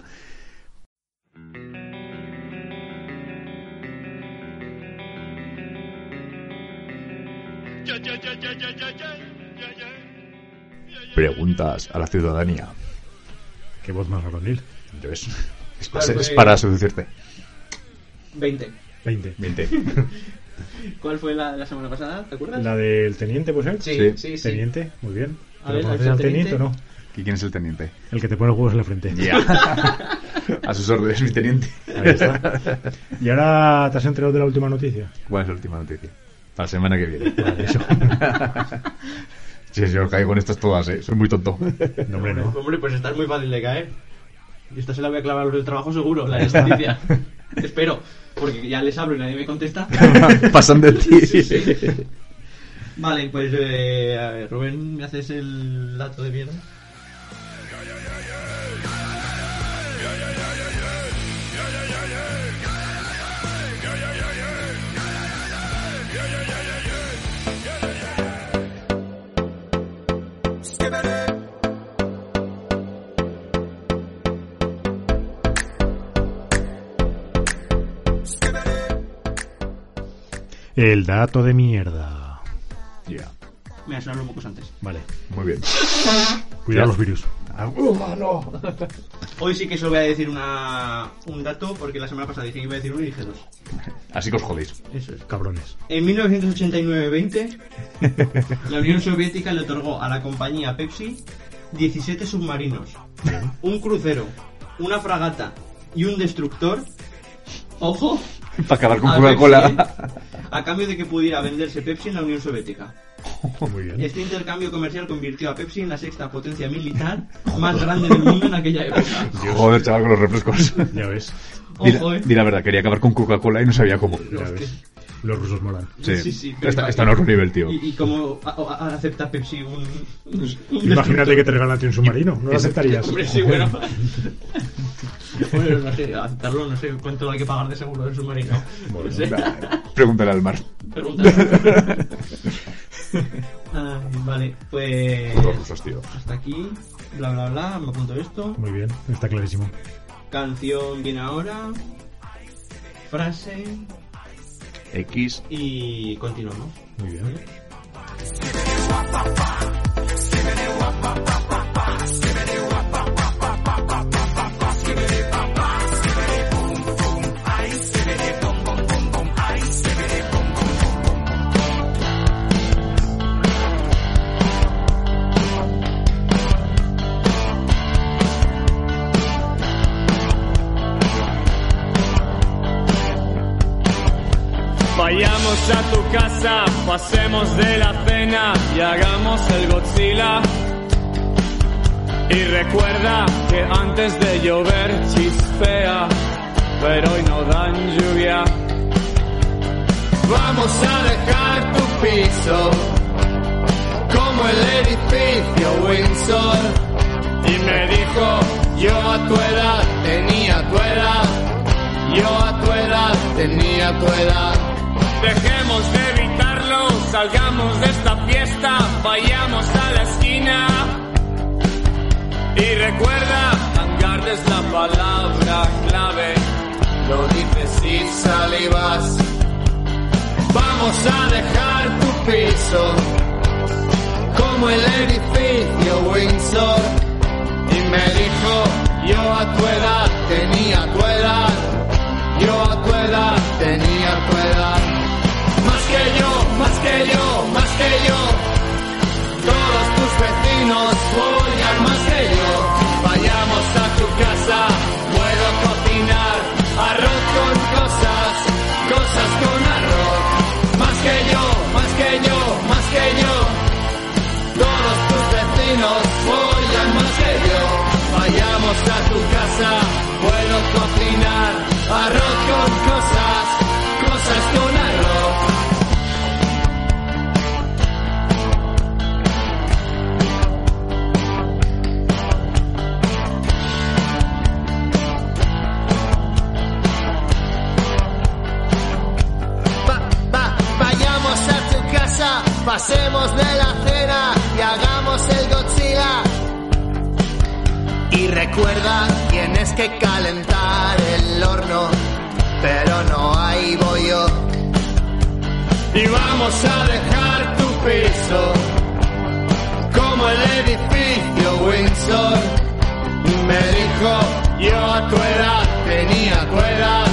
Speaker 4: Preguntas a la ciudadanía.
Speaker 2: Qué voz más varonil.
Speaker 4: Yo es, es, para-
Speaker 1: Claro,
Speaker 4: es
Speaker 1: pues-
Speaker 4: para seducirte.
Speaker 1: 20.
Speaker 2: 20.
Speaker 4: Miente.
Speaker 1: ¿Cuál fue la, la semana pasada? ¿Te acuerdas?
Speaker 2: ¿La del teniente, puede ser?
Speaker 1: Sí,
Speaker 4: Sí.
Speaker 1: sí, sí.
Speaker 2: Teniente, muy bien.
Speaker 1: A
Speaker 2: ¿Pero
Speaker 1: ver,
Speaker 2: conoces
Speaker 1: ¿al
Speaker 2: al teniente
Speaker 1: teniente?
Speaker 2: o no?
Speaker 4: ¿Y quién es el teniente?
Speaker 2: El que te pone huevos en la frente.
Speaker 4: Ya. a sus órdenes, mi teniente.
Speaker 2: Ahí está. ¿Y ahora te has enterado de la última noticia?
Speaker 4: ¿Cuál es la última noticia? Para la semana que viene. Sí, yo caigo con estas todas, ¿eh? Soy muy tonto.
Speaker 2: No, hombre, no.
Speaker 1: Hombre, pues estás muy fácil de caer. Y esta se la voy a clavar por el trabajo seguro, la de esta noticia. Espero, porque ya les hablo y nadie me contesta.
Speaker 4: Pasan de ti.
Speaker 1: Vale, pues eh, a ver, Rubén, ¿me haces el dato de mierda?
Speaker 2: El dato de mierda.
Speaker 4: Ya.
Speaker 1: Me has hablado pocos antes.
Speaker 2: Vale.
Speaker 4: Muy bien.
Speaker 2: Cuidado los virus.
Speaker 1: Hoy sí que solo voy a decir una, un dato, porque la semana pasada dije que iba a decir uno y dije dos.
Speaker 4: Así que os jodéis.
Speaker 1: Eso es.
Speaker 2: Cabrones.
Speaker 1: En 1989-20, la Unión Soviética le otorgó a la compañía Pepsi 17 submarinos, un crucero, una fragata y un destructor. Ojo,
Speaker 4: Para acabar con
Speaker 1: a
Speaker 4: Coca-Cola.
Speaker 1: Pepsi, ¿eh? a cambio de que pudiera venderse Pepsi en la Unión Soviética.
Speaker 2: Muy bien.
Speaker 1: Este intercambio comercial convirtió a Pepsi en la sexta potencia militar más grande del mundo en aquella época.
Speaker 4: Joder, chaval, con los refrescos.
Speaker 2: Ya ves.
Speaker 4: Di
Speaker 1: Ojo,
Speaker 4: la,
Speaker 1: eh.
Speaker 4: di la verdad, quería acabar con Coca-Cola y no sabía cómo.
Speaker 2: Ya ves. Los rusos molan.
Speaker 4: Sí,
Speaker 1: Sí, sí, pero
Speaker 4: está,
Speaker 1: imagínate.
Speaker 4: está en otro nivel, tío.
Speaker 1: Y, y como a- a- ahora acepta Pepsi un, un- un
Speaker 2: Imagínate que te regalan a ti un submarino. No lo aceptarías.
Speaker 1: Hombre, sí, bueno. bueno, no sé, aceptarlo, no sé cuánto hay que pagar de seguro del submarino. no sé.
Speaker 4: Pregúntale al mar.
Speaker 1: Preguntar. Ay, Ah, vale, pues.
Speaker 4: Los rusos, tío.
Speaker 1: Hasta aquí, bla bla bla, me apunto esto.
Speaker 2: Muy bien. Está clarísimo.
Speaker 1: Canción viene ahora. Frase
Speaker 4: X.
Speaker 1: y continuamos.
Speaker 2: Muy bien.
Speaker 6: Vayamos a tu casa, pasemos de la cena y hagamos el Godzilla. Y recuerda que antes de llover chispea, pero hoy no dan lluvia. Vamos a dejar tu piso como el edificio Windsor. Y me dijo, yo a tu edad tenía tu edad, yo a tu edad tenía tu edad. Dejemos de evitarlo, salgamos de esta fiesta, vayamos a la esquina. Y recuerda, hangar es la palabra clave, lo dices si salivas. Vamos a dejar tu piso, como el edificio Windsor. Y me dijo, yo a tu edad tenía tu edad, yo a tu edad tenía tu edad. Más que yo, más que yo, más que yo. Todos tus vecinos follan más que yo. Vayamos a tu casa, puedo cocinar arroz con cosas, cosas con arroz. Más que yo, más que yo, más que yo.
Speaker 8: Vamos a tu casa, puedo cocinar arroz con cosas, cosas con arroz. Va- va- vayamos a tu casa, pasemos de la cena y hagamos el Godzilla. Y recuerda, tienes que calentar el horno, pero no hay bollo. Y vamos a dejar tu piso como el edificio Windsor. Me dijo, yo a tu edad tenía tu edad,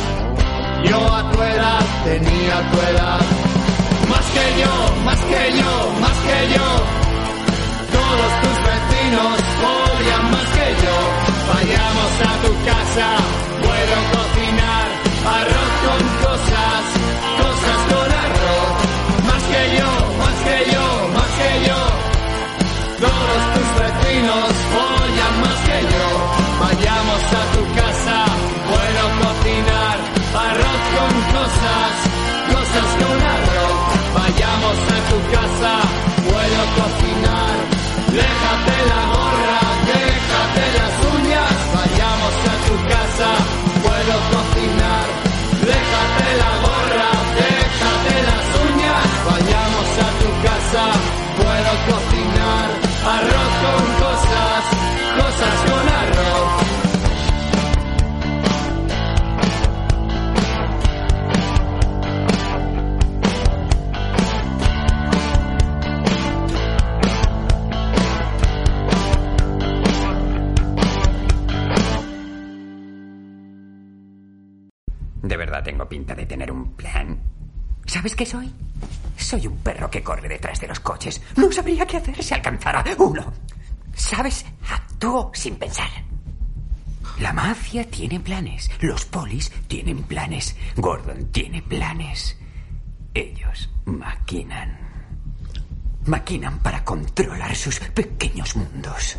Speaker 8: yo a tu edad tenía tu edad. Más que yo, más que yo, más que yo, todos tus vecinos odian más que yo. Vayamos a tu casa, puedo cocinar arroz con cosas, cosas con arroz. Más que yo, más que yo, más que yo. Todos tus vecinos odian más que yo. Vayamos a tu casa, puedo cocinar arroz con cosas, cosas con arroz. Vayamos a tu casa, puedo cocinar. Déjate la gorra, déjate las uñas. Vayamos a tu casa, puedo cocinar. Déjate la gorra, déjate las uñas. Vayamos a tu casa, puedo cocinar. Arroz con cosas, cosas con arroz.
Speaker 9: De verdad tengo pinta de tener un plan. ¿Sabes qué soy? Soy un perro que corre detrás de los coches. No sabría qué hacer si alcanzara uno. ¿Sabes? Actúo sin pensar. La mafia tiene planes. Los polis tienen planes. Gordon tiene planes. Ellos maquinan. Maquinan para controlar sus pequeños mundos.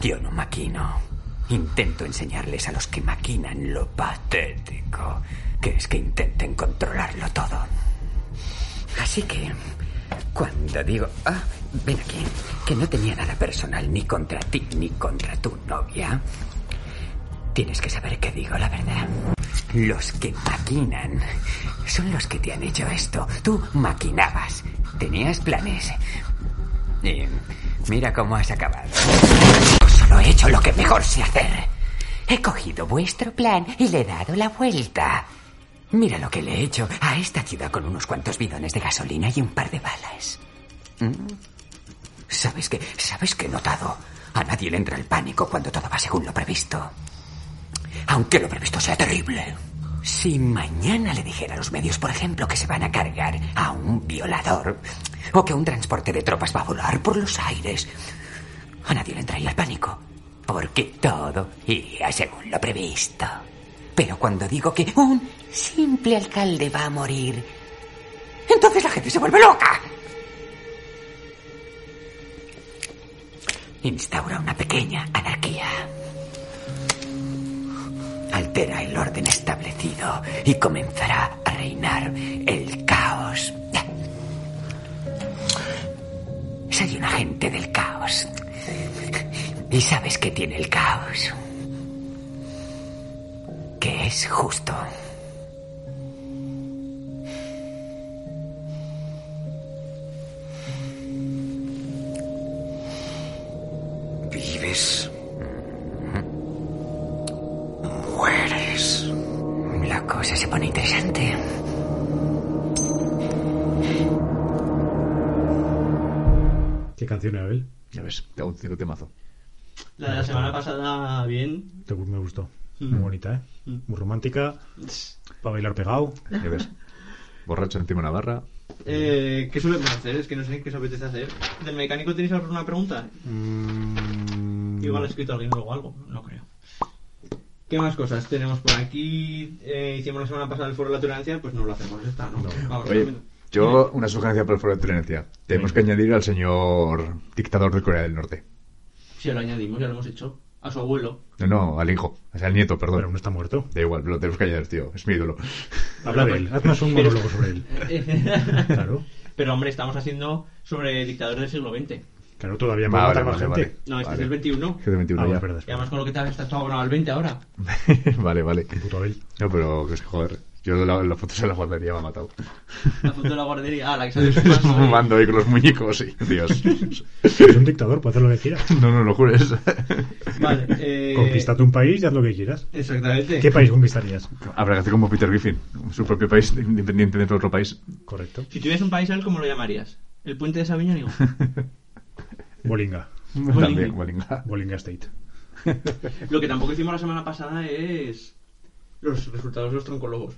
Speaker 9: Yo no maquino. Intento enseñarles a los que maquinan lo patético, que es que intenten controlarlo todo. Así que, cuando digo, ah, ven aquí, que no tenía nada personal ni contra ti ni contra tu novia, tienes que saber que digo la verdad. Los que maquinan son los que te han hecho esto. Tú maquinabas, tenías planes. Y mira cómo has acabado. Yo solo Pues he hecho lo que mejor sé hacer. He cogido vuestro plan y le he dado la vuelta. Mira lo que le he hecho a esta ciudad con unos cuantos bidones de gasolina y un par de balas. ¿Mm? ¿Sabes qué? ¿Sabes qué he notado? A nadie le entra el pánico cuando todo va según lo previsto. Aunque lo previsto sea terrible. Si mañana le dijera a los medios, por ejemplo, que se van a cargar a un violador o que un transporte de tropas va a volar por los aires, a nadie le entraría el pánico. Porque todo iría según lo previsto. Pero cuando digo que un simple alcalde va a morir, entonces la gente se vuelve loca. Instaura una pequeña anarquía altera el orden establecido y comenzará a reinar el caos. Soy un agente del caos. Y sabes que tiene el caos. Que es justo. Vives Mujeres. La cosa se pone interesante.
Speaker 2: ¿Qué canción era él?
Speaker 4: Ya ves, te hago un cierto temazo.
Speaker 1: La de la semana pasada, bien.
Speaker 2: Te- Me gustó.
Speaker 1: Mm.
Speaker 2: Muy bonita, ¿eh? Muy romántica. Para bailar pegado.
Speaker 4: Ya ves. Borracho encima de una barra.
Speaker 1: Eh, ¿Qué solemos hacer? Es que no sé qué os apetece hacer. ¿Del mecánico tenéis alguna pregunta?
Speaker 2: Mm,
Speaker 1: Igual ha escrito alguien luego algo, no creo. ¿Qué más cosas tenemos por aquí? Eh, hicimos la semana pasada el foro de la tolerancia, pues no lo hacemos esta, ¿no? Vamos,
Speaker 4: Oye,
Speaker 1: no.
Speaker 4: yo una sugerencia para el foro de Trenencia. Tenemos que añadir al señor dictador de Corea del Norte.
Speaker 1: Si ya lo añadimos, ya lo hemos hecho. a su abuelo.
Speaker 4: No, no, al hijo. O sea, al nieto, perdón.
Speaker 2: Pero no está muerto.
Speaker 4: Da igual, lo tenemos que añadir, tío. Es mi ídolo.
Speaker 2: Habla de él. Haznos un
Speaker 1: Pero-
Speaker 2: monólogo sobre él. Claro.
Speaker 1: Pero hombre, estamos haciendo sobre el dictador del siglo XX.
Speaker 2: Claro, todavía me va a matar más gente.
Speaker 1: No, este
Speaker 4: Vale.
Speaker 1: es el 21.
Speaker 4: Es el 21
Speaker 2: Ah,
Speaker 4: ya.
Speaker 2: es verdad.
Speaker 1: Y además con lo que te has estado abonado al 20 ahora.
Speaker 4: vale, vale.
Speaker 2: Puto Abel.
Speaker 4: No, pero que se joder. Yo la, la foto se la guardaría, me ha matado.
Speaker 1: La foto de la guardería. Ah, la que sale fumando.
Speaker 4: Fumando ahí con los muñecos, sí. Dios.
Speaker 2: Es un dictador, puede hacer lo que quiera.
Speaker 4: No, no, lo jures.
Speaker 1: Vale, eh...
Speaker 2: Conquistate un país y haz lo que quieras.
Speaker 1: Exactamente.
Speaker 2: ¿Qué país conquistarías?
Speaker 4: Habrá que hacer como Peter Griffin, su propio país, independiente dentro de otro país.
Speaker 2: Correcto.
Speaker 1: Si tuvieras un país, ¿sabes cómo lo llamarías? ¿El puente de Sabiñón? digo.
Speaker 2: Bolinga.
Speaker 4: También, Bolinga.
Speaker 2: Bolinga State.
Speaker 1: Lo que tampoco hicimos la semana pasada es los resultados de los troncólogos.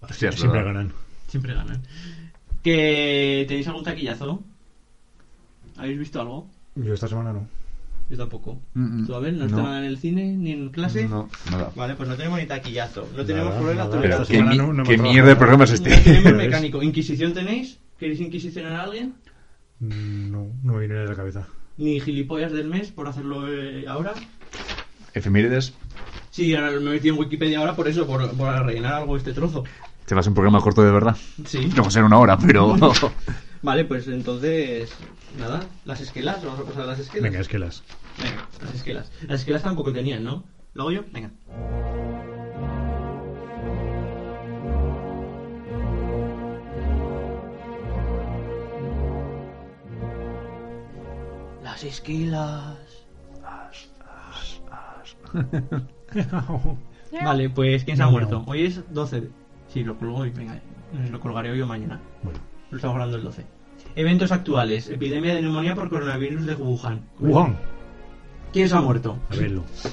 Speaker 4: Hostia, es
Speaker 2: Siempre
Speaker 4: verdad.
Speaker 2: ganan.
Speaker 1: Siempre ganan. ¿Que tenéis algún taquillazo? ¿Habéis visto algo?
Speaker 2: Yo esta semana no.
Speaker 1: Yo tampoco.
Speaker 4: Mm, mm.
Speaker 1: ¿Tú, Abel, no,
Speaker 4: No.
Speaker 1: estaba en el cine ni en clase?
Speaker 4: No, nada.
Speaker 1: Vale, pues no tenemos ni taquillazo. No tenemos
Speaker 2: Nada,
Speaker 1: problema
Speaker 2: nada.
Speaker 1: actualidad.
Speaker 4: Pero,
Speaker 2: Esta
Speaker 4: ¿qué,
Speaker 2: semana
Speaker 4: mi-
Speaker 2: no- no hemos
Speaker 4: qué
Speaker 2: trabajado
Speaker 4: mierda de
Speaker 2: nada.
Speaker 4: programa es
Speaker 1: No tenemos
Speaker 2: Pero es-
Speaker 4: este?
Speaker 1: mecánico. ¿Inquisición tenéis? ¿Queréis inquisicionar a alguien?
Speaker 2: Mm, No, no me viene a la cabeza.
Speaker 1: ¿Ni gilipollas del mes por hacerlo eh, ahora?
Speaker 4: Efemérides,
Speaker 1: Sí, ahora me he metido en Wikipedia ahora por eso, por, por rellenar algo este trozo.
Speaker 4: te vas a un programa corto de verdad.
Speaker 1: Sí.
Speaker 4: No va a ser una hora, pero.
Speaker 1: Vale, pues entonces, nada, las esquelas, vamos a pasar a las esquelas.
Speaker 2: Venga, es que las.
Speaker 1: Venga, las esquelas. Las esquelas tampoco tenían, ¿no? ¿Lo hago yo? Venga. Las esquelas. Vale, pues ¿quién se ha
Speaker 2: No,
Speaker 1: muerto?
Speaker 2: no.
Speaker 1: Hoy es 12. de- Sí, lo colgo hoy, venga. eh, Lo colgaré hoy o mañana.
Speaker 2: Bueno.
Speaker 1: Lo estamos hablando el 12. Eventos actuales. Epidemia de neumonía por coronavirus de Wuhan.
Speaker 2: Wuhan.
Speaker 1: ¿Quién se ha muerto?
Speaker 2: A verlo.
Speaker 1: Mm.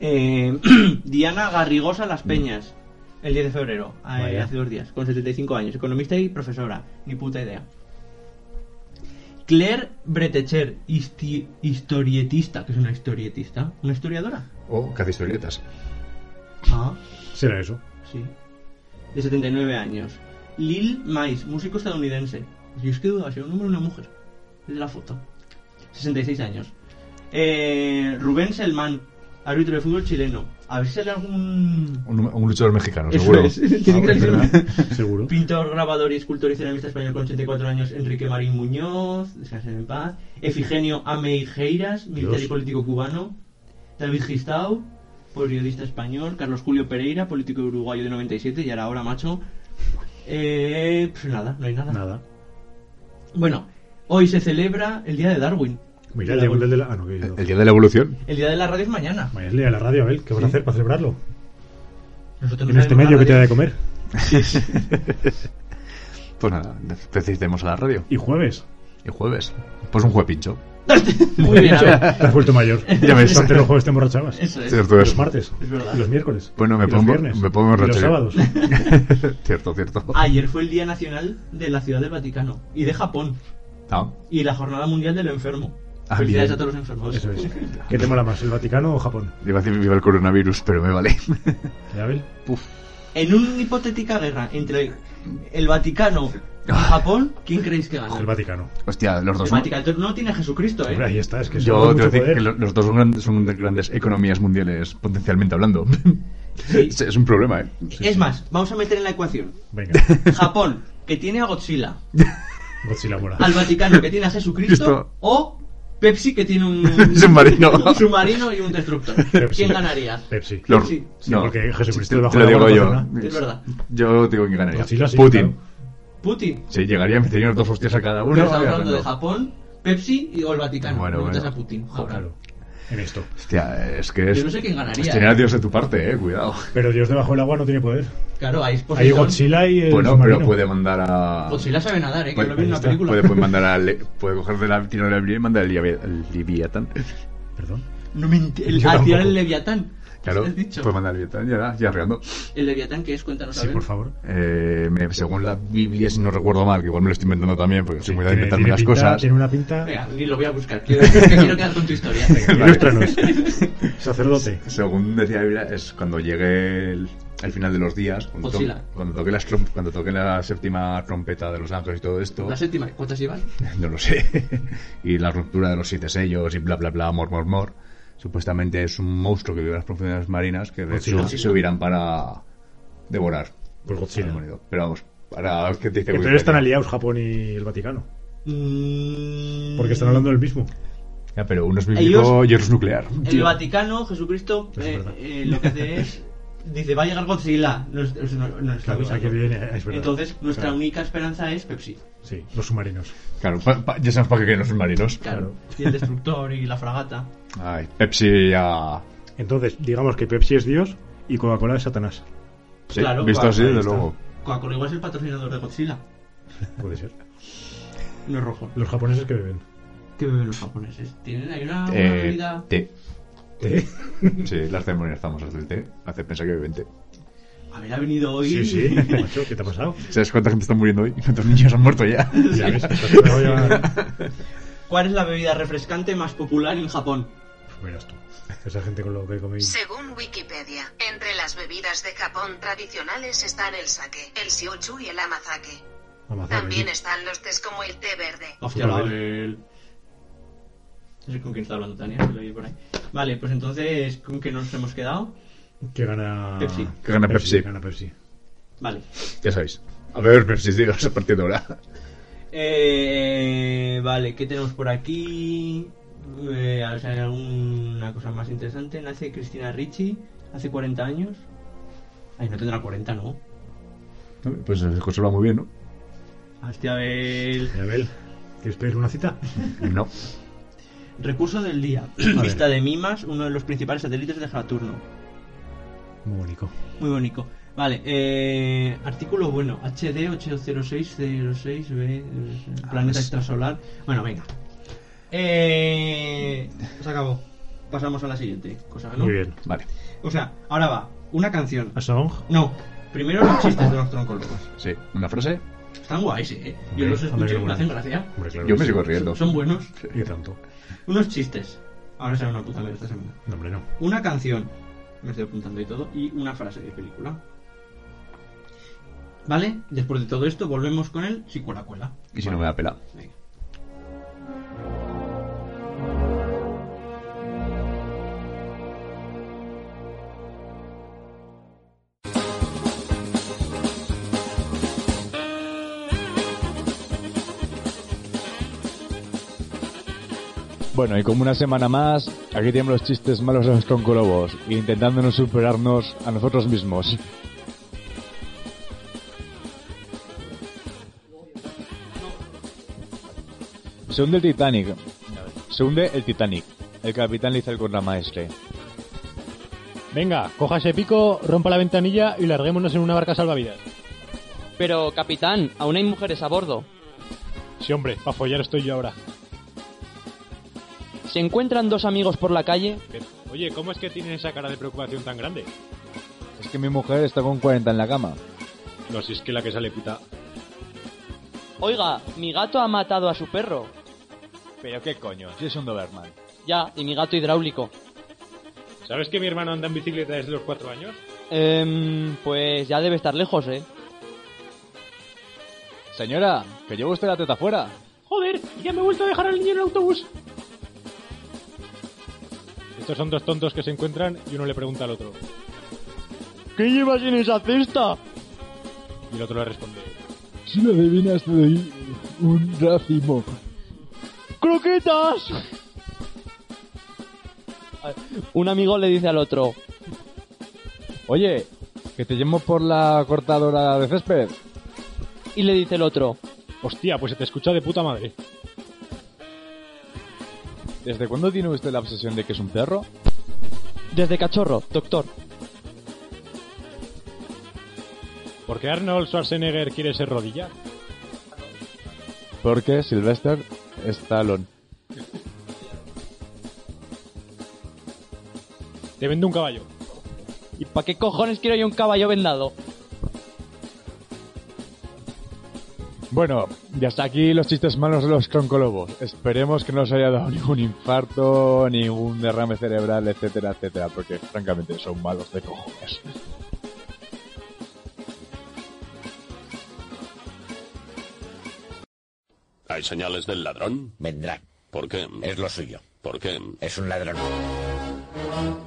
Speaker 1: Eh, Diana Garrigosa Las Peñas, Mm. el 10 de febrero, eh,
Speaker 2: Vaya.
Speaker 1: hace dos días, con 75 años, economista y profesora, ni puta idea. Claire Bretecher, histi- historietista, que es una historietista, una historiadora.
Speaker 4: O que hace historietas.
Speaker 1: Ah,
Speaker 2: Será eso.
Speaker 1: sí. De 79 años. Lil Mais, músico estadounidense. Yo es que duda, si un hombre o una mujer. Es de la foto. 66 años. Eh, Rubén Selman, árbitro de fútbol chileno. A ver si sale algún
Speaker 4: Un, un luchador mexicano,
Speaker 1: Eso
Speaker 4: seguro.
Speaker 1: es, tiene que
Speaker 2: Ah, pues Es
Speaker 1: ser
Speaker 2: verdad,
Speaker 1: un-
Speaker 2: Seguro.
Speaker 1: Pintor, grabador y escultor y ceramista español con 84 años, Enrique Marín Muñoz, descansen en paz. Efigenio Ameijeiras, militar y
Speaker 2: Dios.
Speaker 1: político cubano. David Gistau, periodista español. Carlos Julio Pereira, político uruguayo de 97, y ahora ahora macho. Eh, pues nada, no hay nada.
Speaker 2: Nada.
Speaker 1: Bueno, hoy se celebra el Día de Darwin.
Speaker 2: Mira, el día
Speaker 1: el,
Speaker 2: del de la. Ah, no, que yo.
Speaker 4: El día de la evolución.
Speaker 1: Día de la Radio es mañana.
Speaker 2: Vaya, el día de la radio, Abel. ¿Qué vas a
Speaker 1: Sí.
Speaker 2: hacer para celebrarlo?
Speaker 1: Nosotros no
Speaker 2: En este
Speaker 1: sabemos
Speaker 2: medio
Speaker 1: la
Speaker 2: que te da de
Speaker 1: radio.
Speaker 2: comer.
Speaker 4: Pues nada, necesitemos a la radio.
Speaker 2: Y jueves.
Speaker 4: El jueves. Pues un juepincho.
Speaker 1: Muy bien, a ver.
Speaker 2: Te has vuelto mayor.
Speaker 4: Ya ves.
Speaker 2: Antes los jueves te emborrachabas.
Speaker 1: Eso es.
Speaker 4: Cierto
Speaker 2: ¿Eh? Los
Speaker 4: es.
Speaker 2: martes.
Speaker 1: Es verdad.
Speaker 2: y los miércoles.
Speaker 4: Pues, Bueno, me
Speaker 2: y
Speaker 4: pongo-
Speaker 2: los viernes.
Speaker 4: me pongo
Speaker 2: y los
Speaker 4: borracho.
Speaker 2: sábados.
Speaker 4: cierto, cierto.
Speaker 2: Ah.
Speaker 1: Ayer fue el Día Nacional de la Ciudad del Vaticano y de Japón
Speaker 4: Ah,
Speaker 1: y la Jornada Mundial del Enfermo.
Speaker 4: Ah,
Speaker 1: Felicidades
Speaker 4: bien.
Speaker 1: a todos los enfermos.
Speaker 2: Eso es. ¿Qué te mola más, el Vaticano o Japón?
Speaker 4: iba a decir viva el coronavirus, pero me vale.
Speaker 2: ¿Eh, Abel?
Speaker 1: En una hipotética guerra entre el Vaticano y Japón, ¿quién creéis que gana?
Speaker 2: El Vaticano.
Speaker 4: Hostia, los
Speaker 1: El
Speaker 4: dos.
Speaker 1: Vaticano no tiene a Jesucristo,
Speaker 2: Hombre,
Speaker 1: ¿eh?
Speaker 2: ahí está, es que eso da
Speaker 4: Yo te voy a
Speaker 2: mucho
Speaker 4: decir
Speaker 2: poder.
Speaker 4: que lo- los dos son grandes, son de grandes economías mundiales, potencialmente hablando.
Speaker 1: Sí.
Speaker 4: Es es un problema, ¿eh?
Speaker 2: Sí,
Speaker 1: es
Speaker 2: sí.
Speaker 1: más, vamos a meter en la ecuación
Speaker 2: Venga,
Speaker 1: Japón, que tiene a Godzilla,
Speaker 2: Godzilla mola.
Speaker 1: al Vaticano, que tiene a Jesucristo,
Speaker 4: Cristo.
Speaker 1: o Pepsi, que tiene un,
Speaker 4: Un submarino.
Speaker 1: un submarino y un destructor.
Speaker 2: Pepsi.
Speaker 1: ¿Quién ganaría?
Speaker 2: Pepsi.
Speaker 4: Los-
Speaker 1: Sí,
Speaker 2: sí, porque Jesucristo debajo
Speaker 4: te lo
Speaker 2: del agua no
Speaker 4: digo yo.
Speaker 2: hace
Speaker 1: Es verdad.
Speaker 4: Yo digo que ganaría.
Speaker 2: Godzilla sí,
Speaker 4: Putin.
Speaker 2: claro.
Speaker 1: Putin.
Speaker 4: Sí, llegaría a meter dos hostias a cada uno.
Speaker 1: Pero estamos
Speaker 4: y
Speaker 1: hablando de
Speaker 4: ganando.
Speaker 1: Japón, Pepsi y, o el Vaticano.
Speaker 4: Bueno,
Speaker 1: No metas
Speaker 4: bueno.
Speaker 1: a Putin. ahora.
Speaker 2: Claro, en esto.
Speaker 4: Hostia, es que es.
Speaker 1: Yo no sé quién ganaría.
Speaker 4: es tener a Dios de tu parte, eh, cuidado.
Speaker 2: Pero Dios debajo del agua no tiene poder.
Speaker 1: Claro, Pues ahí es
Speaker 2: Hay
Speaker 1: Poseidón.
Speaker 2: Godzilla y el
Speaker 4: Bueno,
Speaker 2: submarino.
Speaker 4: pero puede mandar a.
Speaker 1: Godzilla sabe nadar, ¿eh? Que
Speaker 4: Puede,
Speaker 1: lo vi en una película.
Speaker 4: puede- puede mandar a. Le- Puede coger de la tirar de la y mandar al Livia- al Leviatán.
Speaker 2: Perdón.
Speaker 1: No me ent- el,
Speaker 2: Yo
Speaker 1: a tirar
Speaker 2: tampoco.
Speaker 1: el Leviatán.
Speaker 4: Claro, pues
Speaker 1: ¿Qué has dicho?
Speaker 4: puede mandar al Leviatán, ya, ya arreando.
Speaker 1: El Leviatán que es, cuéntanos a
Speaker 2: Sí,
Speaker 1: ver.
Speaker 2: por favor.
Speaker 4: Eh, me- según la Biblia, si no recuerdo mal, que igual me lo estoy inventando también, porque soy muy de
Speaker 2: Tiene-
Speaker 4: inventarme
Speaker 2: tiene
Speaker 4: las
Speaker 2: pinta-
Speaker 4: cosas.
Speaker 2: Tiene una pinta...
Speaker 1: Venga, ni lo voy a buscar. Quiero, es que quiero quedar con tu historia.
Speaker 2: Ilústranos. Sacerdote.
Speaker 4: Según decía la Biblia, es cuando llegue el, el final de los días, cuando, to-
Speaker 1: Godzilla.
Speaker 4: cuando, toque las trom- cuando toque la séptima trompeta de los ángeles y todo esto,
Speaker 1: La séptima, ¿cuántas iban?
Speaker 4: no lo sé, y la ruptura de los siete sellos y bla bla bla, mor mor mor, Supuestamente es un monstruo que vive en las profundidades marinas que de
Speaker 2: Godzilla.
Speaker 4: hecho se subirán para devorar
Speaker 2: Pues Godzilla.
Speaker 4: al demonio. Pero vamos, para que te dice
Speaker 2: Entonces están aliados Japón y el Vaticano.
Speaker 1: Mm,
Speaker 2: Porque están hablando del mismo.
Speaker 4: Ya, pero uno es
Speaker 1: Ellos-
Speaker 4: bíblico y otro es nuclear.
Speaker 1: El Vaticano, Jesucristo,
Speaker 2: Eso es
Speaker 1: eh,
Speaker 2: verdad.
Speaker 1: eh, lo que hace es. Dice, va a llegar Godzilla. Nos, nos- nos- nos está
Speaker 2: Claro,
Speaker 1: avisando.
Speaker 2: aquí viene, es verdad.
Speaker 1: Entonces, nuestra
Speaker 2: Claro.
Speaker 1: única esperanza es Pepsi.
Speaker 2: Sí, los submarinos.
Speaker 4: Claro, pa- pa- ya sabes para qué quieren los submarinos.
Speaker 1: Claro. Y el destructor y la fragata.
Speaker 4: Ay, Pepsi ya.
Speaker 2: Entonces, digamos que Pepsi es Dios y Coca-Cola es Satanás.
Speaker 4: Sí,
Speaker 1: Claro,
Speaker 4: visto
Speaker 1: claro,
Speaker 4: así,
Speaker 1: ahí
Speaker 4: desde
Speaker 2: está.
Speaker 4: luego.
Speaker 1: Coca-Cola igual es el patrocinador de Godzilla.
Speaker 2: Puede ser.
Speaker 1: No es rojo.
Speaker 2: Los japoneses que beben.
Speaker 1: ¿Qué beben los japoneses? Tienen ahí una, una
Speaker 4: Eh,
Speaker 1: bebida.
Speaker 4: té.
Speaker 2: ¿Eh?
Speaker 4: Sí, las ceremonias famosas del té. Hace pensar que beben té.
Speaker 1: A ver, ha venido hoy.
Speaker 2: Sí, sí. Macho, ¿qué te ha pasado?
Speaker 4: ¿Sabes cuánta gente está muriendo hoy? ¿Cuántos niños han muerto ya?
Speaker 2: Ya ves, estás pegado ya-
Speaker 1: ¿Cuál es la bebida refrescante más popular en Japón?
Speaker 2: Pues verás tú. Esa gente con lo que comí.
Speaker 7: Según Wikipedia, entre las bebidas de Japón tradicionales están el sake, el shochu y el amazake.
Speaker 2: Amazonas.
Speaker 7: También están los tés como el té verde.
Speaker 1: Hostia, la
Speaker 2: Vale.
Speaker 1: del- No sé con quién está hablando Tania, que lo oí por ahí. Vale, pues entonces, ¿con qué nos hemos quedado?
Speaker 2: Que gana
Speaker 1: Pepsi.
Speaker 4: Que gana Pepsi.
Speaker 2: Gana Pepsi.
Speaker 1: Vale.
Speaker 4: Ya sabéis. A ver, Pepsi, digas a partir de ahora.
Speaker 1: Eh, vale, ¿qué tenemos por aquí? Eh, a ver si hay alguna cosa más interesante. Nace Cristina Ricci hace 40 años. Ay, no tendrá 40, ¿no?
Speaker 4: Pues se conserva muy bien, ¿no?
Speaker 1: Hostia, el
Speaker 2: Y Abel, ¿quieres pedir una cita?
Speaker 4: No.
Speaker 1: recurso del día.
Speaker 2: ver.
Speaker 1: Vista de Mimas, uno de los principales satélites de Saturno.
Speaker 2: Muy bonito.
Speaker 1: Muy bonito. Vale, eh, artículo bueno, HD 80606B, eh, planeta
Speaker 4: es-
Speaker 1: extrasolar. Bueno, venga. Eh, se acabó. Pasamos a la siguiente cosa, ¿no?
Speaker 2: Muy bien.
Speaker 4: Vale.
Speaker 1: O sea, ahora va, una canción.
Speaker 2: ¿A Song?
Speaker 1: No, primero los chistes de los troncólogos.
Speaker 4: Sí. ¿Una frase?
Speaker 1: Están guays, ¿eh? Yo
Speaker 2: Hombre,
Speaker 1: los
Speaker 2: hombre,
Speaker 1: escucho
Speaker 2: qué
Speaker 1: y me hacen
Speaker 2: bueno.
Speaker 1: gracia.
Speaker 2: Hombre, claro.
Speaker 4: Yo
Speaker 2: que
Speaker 4: me
Speaker 2: sí.
Speaker 4: sigo riendo.
Speaker 1: Son buenos.
Speaker 2: Y tanto.
Speaker 1: Unos chistes. Ahora será una puta mierda esta semana.
Speaker 2: No, hombre, no.
Speaker 1: Una canción. Me estoy apuntando y todo. Y una frase de película. ¿Vale? Después de todo esto, volvemos con el si cuela cuela.
Speaker 4: Y si no me da pela.
Speaker 1: Venga.
Speaker 8: Bueno, y como una semana más, aquí tenemos los chistes malos de los troncolobos, intentándonos superarnos a nosotros mismos. Se hunde el Titanic. Se hunde el Titanic. El capitán le dice al contramaestre.
Speaker 10: Venga, coja ese pico, rompa la ventanilla y larguémonos en una barca salvavidas.
Speaker 11: Pero, capitán, aún hay mujeres a bordo.
Speaker 10: Sí, hombre, para follar estoy yo ahora.
Speaker 11: ¿Se encuentran dos amigos por la calle?
Speaker 10: Oye, ¿cómo es que tienen esa cara de preocupación tan grande?
Speaker 4: Es que mi mujer está con 40 en la cama.
Speaker 10: No, si es que la que sale puta.
Speaker 11: Oiga, mi gato ha matado a su perro.
Speaker 8: Pero qué coño, si es un Doberman.
Speaker 11: Ya, y mi gato hidráulico.
Speaker 10: ¿Sabes que mi hermano anda en bicicleta desde los cuatro años?
Speaker 11: Em, pues ya debe estar lejos, ¿eh?
Speaker 8: Señora, que llevo usted la teta fuera.
Speaker 10: Joder, ya me he vuelto a dejar al niño en el autobús. Estos son dos tontos que se encuentran y uno le pregunta al otro.
Speaker 11: ¿Qué llevas en esa cesta?
Speaker 10: Y el otro le responde.
Speaker 8: Si lo adivinas, te doy un racimo.
Speaker 11: ¡Croquetas! Un amigo le dice al otro,
Speaker 8: Oye, que te llamo por la cortadora de césped.
Speaker 11: y le dice el otro,
Speaker 10: Hostia, pues se te escucha de puta madre.
Speaker 8: ¿Desde cuándo tiene usted la obsesión de que es un perro?
Speaker 11: desde cachorro, doctor.
Speaker 10: ¿Por qué Arnold Schwarzenegger quiere ser rodilla?
Speaker 8: Porque Sylvester Stallone.
Speaker 10: Te vende un caballo.
Speaker 11: ¿Y para qué cojones quiero yo un caballo vendado?
Speaker 8: Bueno, y hasta aquí los chistes malos de los troncolobos. Esperemos que no os haya dado ningún infarto, ningún derrame cerebral, etcétera, etcétera, porque francamente son malos de cojones.
Speaker 5: ¿Hay señales del ladrón?
Speaker 6: Vendrá.
Speaker 5: ¿Por qué?
Speaker 6: Es lo suyo.
Speaker 5: ¿Por qué?
Speaker 6: Es un ladrón.
Speaker 9: Oh,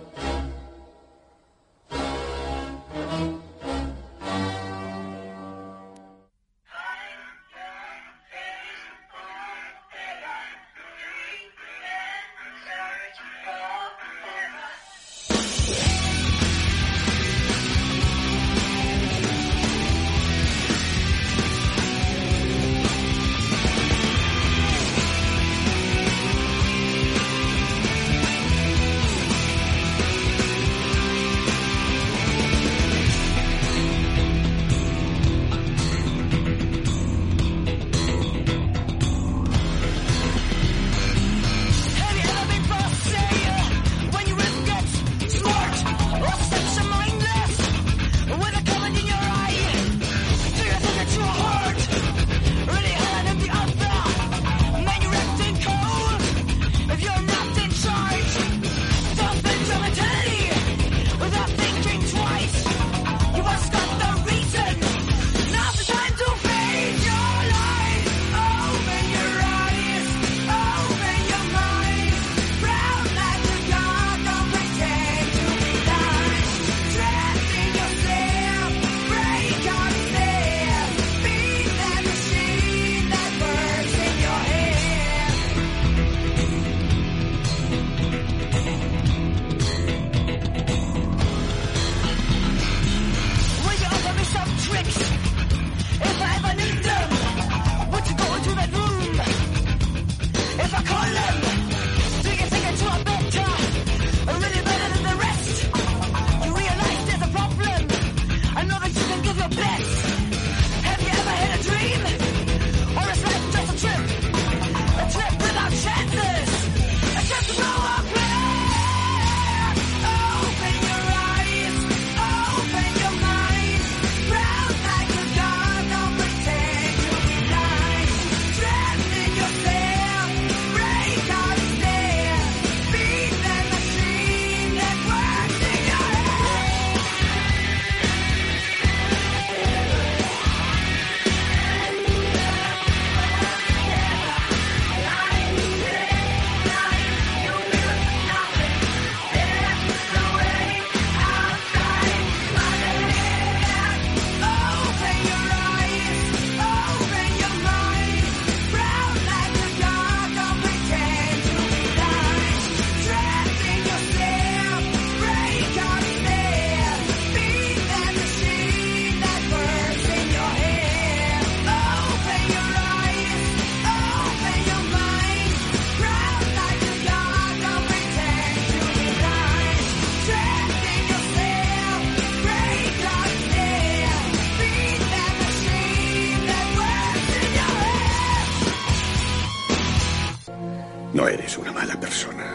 Speaker 9: No eres una mala persona.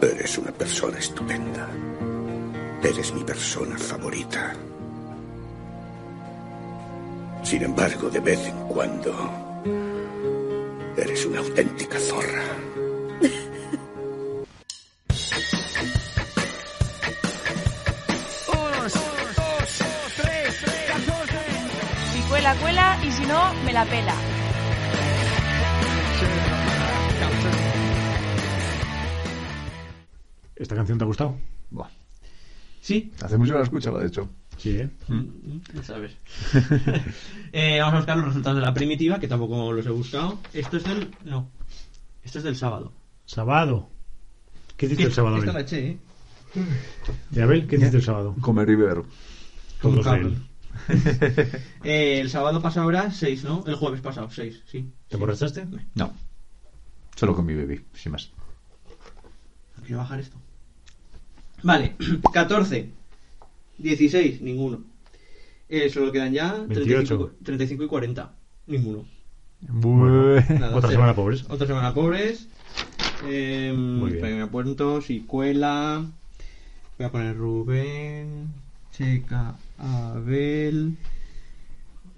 Speaker 9: Eres una persona estupenda. Eres mi persona favorita. Sin embargo, de vez en cuando, eres una auténtica zorra.
Speaker 12: Si cuela, cuela y si no, me la pela.
Speaker 2: ¿Esta canción te ha gustado?
Speaker 1: Sí.
Speaker 4: Hace mucho que la escuchaba, de hecho.
Speaker 2: Sí, ¿eh?
Speaker 1: Ya sabes. Eh, vamos a buscar los resultados de la primitiva, que tampoco los he buscado. Esto es del. No. Esto es del sábado.
Speaker 2: Sábado. ¿Qué hiciste el sábado,
Speaker 1: Esta la
Speaker 2: Abel?
Speaker 1: eché, ¿eh?
Speaker 2: ¿Y Abel? ¿Qué hiciste el sábado?
Speaker 4: Comer y beber.
Speaker 2: Con los de
Speaker 1: cable.
Speaker 2: él.
Speaker 1: Eh, el sábado pasado era 6, ¿no? El jueves pasado, 6, sí.
Speaker 2: ¿Te emborrachaste?
Speaker 4: No. Solo con mi bebé, sin más.
Speaker 1: Voy a bajar esto. Vale, 14. 16, ninguno. Eh, solo quedan ya 35,
Speaker 2: 28.
Speaker 1: 35 y 40. Ninguno. Nada,
Speaker 2: Otra
Speaker 1: cero.
Speaker 2: semana pobres.
Speaker 1: Otra semana pobres. Eh,
Speaker 2: Muy bien.
Speaker 1: espera que me apunto, si cuela. Voy a poner Rubén, Checa, Abel.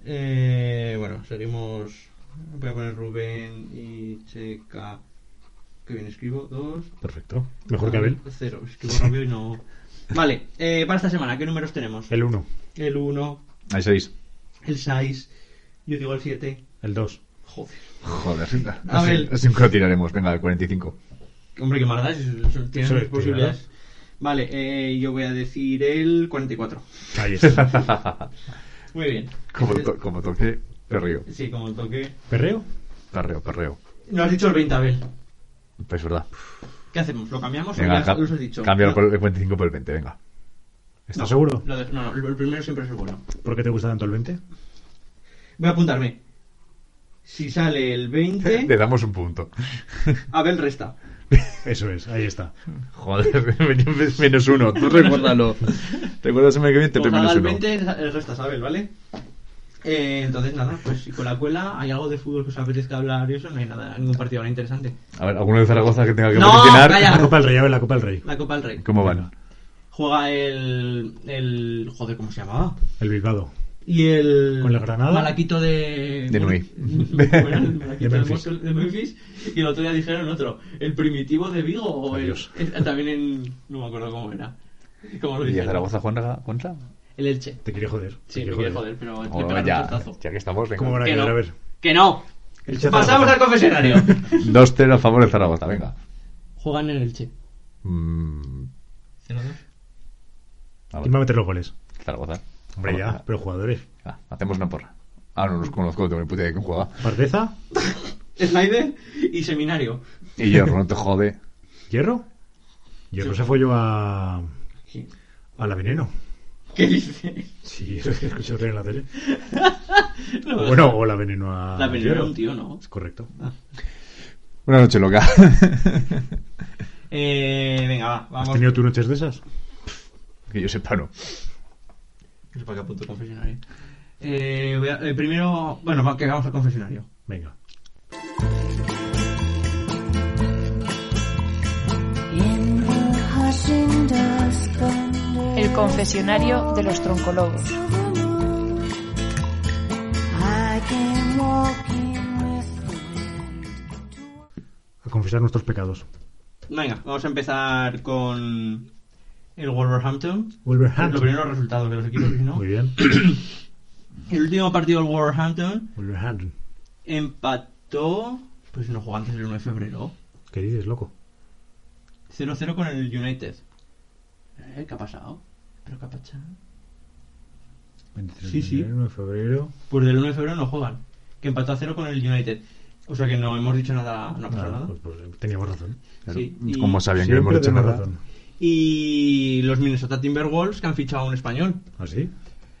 Speaker 1: Eh, bueno, seguimos. Voy a poner Rubén y Checa. Que bien escribo, dos.
Speaker 2: Perfecto. Mejor que Abel.
Speaker 1: Cero, escribo rápido y no. Vale, eh, para esta semana, ¿qué números tenemos?
Speaker 2: El 1,
Speaker 1: El 1,
Speaker 4: Ahí seis.
Speaker 1: el 6, yo digo el 7.
Speaker 2: el 2.
Speaker 1: Joder.
Speaker 4: Joder.
Speaker 1: Abel.
Speaker 4: Así, así nunca lo tiraremos. Venga, el 45.
Speaker 1: Hombre, que más da, si son- tienen
Speaker 2: Sí,
Speaker 1: sus posibilidades. Vale, eh, yo voy a decir el 44.
Speaker 2: Ahí está.
Speaker 1: Muy bien.
Speaker 4: Como, to- como toqué, perreo.
Speaker 1: Sí, como toque.
Speaker 2: ¿Perreo?
Speaker 4: Perreo, perreo.
Speaker 1: No has dicho el 20, Abel.
Speaker 4: Pues verdad.
Speaker 1: ¿Qué hacemos? ¿Lo cambiamos
Speaker 4: Venga,
Speaker 1: o ya
Speaker 4: ca-
Speaker 1: os he dicho?
Speaker 4: cámbialo
Speaker 1: No,
Speaker 4: por el 45 por el 20, venga.
Speaker 2: ¿Estás
Speaker 1: no,
Speaker 2: seguro?
Speaker 1: lo de- no, no, el primero siempre es el bueno.
Speaker 2: ¿Por qué te gusta tanto el 20?
Speaker 1: Voy a apuntarme. Si sale el 20,
Speaker 4: Le damos un punto.
Speaker 1: Abel resta.
Speaker 2: Eso es, ahí está.
Speaker 4: Joder, menos- menos uno. Tú recuérdalo. Recuerdas el mes que viene, te doy
Speaker 1: Como
Speaker 4: menos
Speaker 1: salga el
Speaker 4: uno.
Speaker 1: 20, el restas, Abel, ¿vale? Eh, entonces, nada, pues si con la cuela hay algo de fútbol que os apetezca hablar y eso, no hay nada, ningún partido ahora interesante.
Speaker 4: A ver, alguno de Zaragoza que tenga que
Speaker 1: No,
Speaker 4: mencionar.
Speaker 1: calla.
Speaker 2: La Copa del Rey, a ver, la Copa del Rey.
Speaker 1: La Copa del Rey.
Speaker 4: ¿Cómo van?
Speaker 1: Juega el. el joder, ¿cómo se llamaba?
Speaker 2: El Bilbao.
Speaker 1: Y el.
Speaker 2: Con la Granada.
Speaker 1: Malaquito de.
Speaker 4: De Nui.
Speaker 1: Bueno, el malaquito de,
Speaker 2: De Memphis.
Speaker 1: Moscú- de Memphis. Y el otro día dijeron otro. El primitivo de Vigo o el, el- También en. No me acuerdo cómo era. ¿Cómo lo
Speaker 4: ¿Y el
Speaker 1: dijeron?
Speaker 4: Zaragoza juega contra?
Speaker 1: El Elche.
Speaker 2: Te quiere joder.
Speaker 1: Sí,
Speaker 2: te
Speaker 1: me quiere joder, pero le
Speaker 4: Oh,
Speaker 1: pegaron un
Speaker 4: ya,
Speaker 1: tortazo.
Speaker 4: ya que estamos, venga.
Speaker 2: ¿Cómo van a
Speaker 1: Que
Speaker 2: quedar?
Speaker 1: no.
Speaker 2: A ver.
Speaker 1: ¡Que no!
Speaker 2: Elche
Speaker 1: Pasamos
Speaker 2: Zaragoza.
Speaker 1: al confesionario.
Speaker 4: 2-0 a favor de Zaragoza, venga.
Speaker 1: Juegan en el Elche.
Speaker 4: Mm,
Speaker 1: 0-2.
Speaker 4: a ver,
Speaker 2: ¿Quién va a meter los goles?
Speaker 4: Zaragoza.
Speaker 2: Hombre, ya, pero jugadores.
Speaker 4: Ah, hacemos una porra. Ah, no los conozco, no tengo ni puta idea de quién juega.
Speaker 2: ¿Pardeza?
Speaker 1: Snyder y Seminario.
Speaker 4: Y Hierro, no te jode.
Speaker 2: ¿Hierro? Hierro se folló a.
Speaker 1: Sí.
Speaker 2: a la veneno.
Speaker 1: ¿Qué dice?
Speaker 2: Sí, eso que escuché otro día en la tele.
Speaker 1: No,
Speaker 2: O bueno, o la veneno a.
Speaker 1: La veneno
Speaker 2: Hierro.
Speaker 1: era un tío, ¿no?
Speaker 2: Es correcto.
Speaker 4: Una noche loca.
Speaker 1: Eh, venga, va, vamos.
Speaker 2: ¿Has tenido tú noches de esas?
Speaker 4: que yo sepa, no.
Speaker 1: No sé para qué apunto confesionario. Eh, voy a- eh, primero, bueno, va- que vamos al confesionario.
Speaker 2: Venga.
Speaker 12: El confesionario de los troncolobos.
Speaker 2: A confesar nuestros pecados.
Speaker 1: Venga, vamos a empezar con el Wolverhampton.
Speaker 2: Wolverhampton.
Speaker 1: Lo primero, los resultados de los equipos, si no.
Speaker 2: Muy bien.
Speaker 1: El último partido del Wolverhampton
Speaker 2: Wolverhampton.
Speaker 1: empató. Pues no jugó antes del 1 de febrero.
Speaker 2: ¿Qué dices, loco?
Speaker 1: 0-0 con el United. Eh, ¿Qué ha pasado? ¿Pero qué ha pasado? Sí, sí.
Speaker 2: 1 de febrero.
Speaker 1: Pues del 1 de febrero no juegan. Que empató a 0 con el United. O sea que no hemos dicho nada, no ha pasado
Speaker 2: Nada,
Speaker 1: nada.
Speaker 2: pues, pues, teníamos razón.
Speaker 1: Sí, y-
Speaker 4: ¿Cómo sabían que
Speaker 2: Siempre
Speaker 4: hemos dicho
Speaker 2: tenemos
Speaker 4: nada?
Speaker 2: razón.
Speaker 1: Y los Minnesota Timberwolves que han fichado a un español.
Speaker 2: ¿Ah, sí?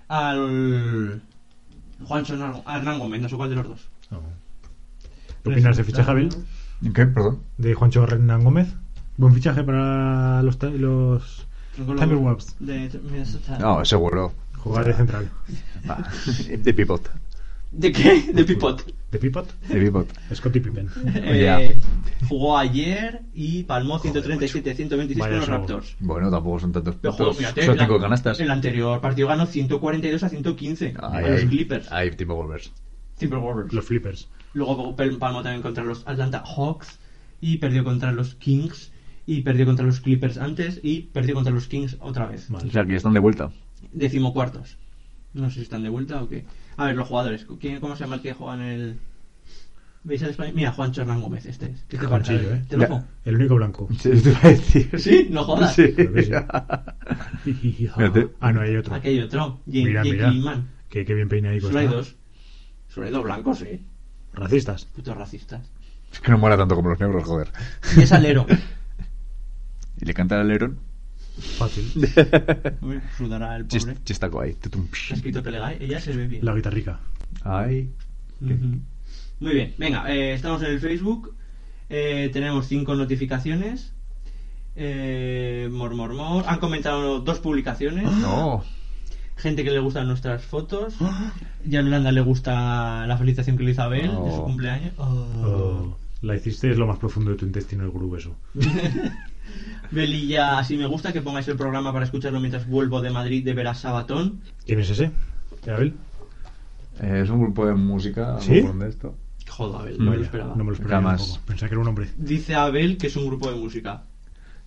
Speaker 1: Al. Juancho Hernán- Hernán Gómez, no sé cuál de los dos.
Speaker 2: No. ¿Qué opinas de fichaje, Abel?
Speaker 4: ¿En qué? Perdón.
Speaker 2: De Juancho Hernán Gómez. Buen fichaje para los, ta- los Timberwolves.
Speaker 1: De Minnesota.
Speaker 4: No, seguro.
Speaker 2: Jugar de central.
Speaker 4: Va. De pivot.
Speaker 1: ¿De qué? De Pipot.
Speaker 2: ¿De Pipot?
Speaker 4: De pivot.
Speaker 2: Scottie Pippen.
Speaker 1: Eh, jugó ayer y palmó 137-126
Speaker 2: Vaya
Speaker 1: con los
Speaker 2: show.
Speaker 1: Raptors.
Speaker 4: Bueno, tampoco son tantos
Speaker 1: Lo
Speaker 4: puntos.
Speaker 1: jugó, fíjate,
Speaker 4: son
Speaker 1: el
Speaker 4: cinco
Speaker 1: an-
Speaker 4: canastas.
Speaker 1: El anterior partido ganó 142 a 115 a
Speaker 4: Ay,
Speaker 1: los
Speaker 4: ay.
Speaker 1: Clippers.
Speaker 4: Ahí, Timo Wolvers.
Speaker 1: Timberwolves.
Speaker 2: Los Flippers.
Speaker 1: Luego pel- palmó también contra los Atlanta Hawks y perdió contra los Kings y perdió contra los Clippers antes y perdió contra los Kings otra vez.
Speaker 4: O sea, que ya están de vuelta.
Speaker 1: Decimocuartos. No sé si están de vuelta o qué. A ver, los jugadores. ¿Quién, ¿Cómo se llama el que juega en el...? ¿Veis al español? Mira, Juancho Hernán Gómez, este es. ¿Qué te parece?
Speaker 2: Conchillo, ¿eh?
Speaker 1: ¿Te lo pongo?
Speaker 2: El único blanco.
Speaker 4: Sí, te iba a decir.
Speaker 1: Sí, no jodas.
Speaker 4: Sí.
Speaker 2: Creo que sí.
Speaker 4: Fíjate.
Speaker 2: ah, no, hay otro.
Speaker 1: Aquí hay otro. Jake
Speaker 2: Mira,
Speaker 1: Jake
Speaker 2: mira.
Speaker 1: Lehman.
Speaker 2: Que, que bien peinadico
Speaker 1: Solo hay
Speaker 2: está.
Speaker 1: dos. Solo hay dos blancos, ¿eh? sí.
Speaker 2: Racistas.
Speaker 1: Putos racistas.
Speaker 4: Es que no mola tanto como los negros, joder.
Speaker 1: Y es alero.
Speaker 4: Y le canta al Lerón.
Speaker 2: Fácil.
Speaker 1: Uy, Sudará el pobre.
Speaker 4: Chis- Chistaco ahí. Tutum,
Speaker 1: Ha
Speaker 4: psh.
Speaker 1: escrito Pelegay. ¿eh? Ella se ve bien.
Speaker 2: La guitarrica.
Speaker 4: Ay.
Speaker 1: Ujú. Muy bien, venga, eh, estamos en el Facebook. eh, tenemos cinco notificaciones. Eh, mor, mor, mor. Han comentado dos publicaciones.
Speaker 4: No.
Speaker 1: Gente que le gustan nuestras fotos. Ya Miranda le gusta la felicitación que le hizo a Abel de su
Speaker 4: Oh.
Speaker 1: cumpleaños. Oh.
Speaker 2: Oh, la hiciste es lo más profundo de tu intestino, el grueso.
Speaker 1: Belilla, si me gusta que pongáis el programa para escucharlo mientras vuelvo de Madrid de ver a Sabatón.
Speaker 2: ¿Quién es ese? ¿Eh, Abel?
Speaker 4: Eh, es un grupo de música.
Speaker 2: ¿Sí?
Speaker 4: algo de esto.
Speaker 1: Joder, Abel, no me lo
Speaker 2: Vaya,
Speaker 1: esperaba.
Speaker 2: no me lo esperaba
Speaker 4: Nada más.
Speaker 2: tampoco. Pensaba que era un hombre.
Speaker 1: Dice Abel que es un grupo de música.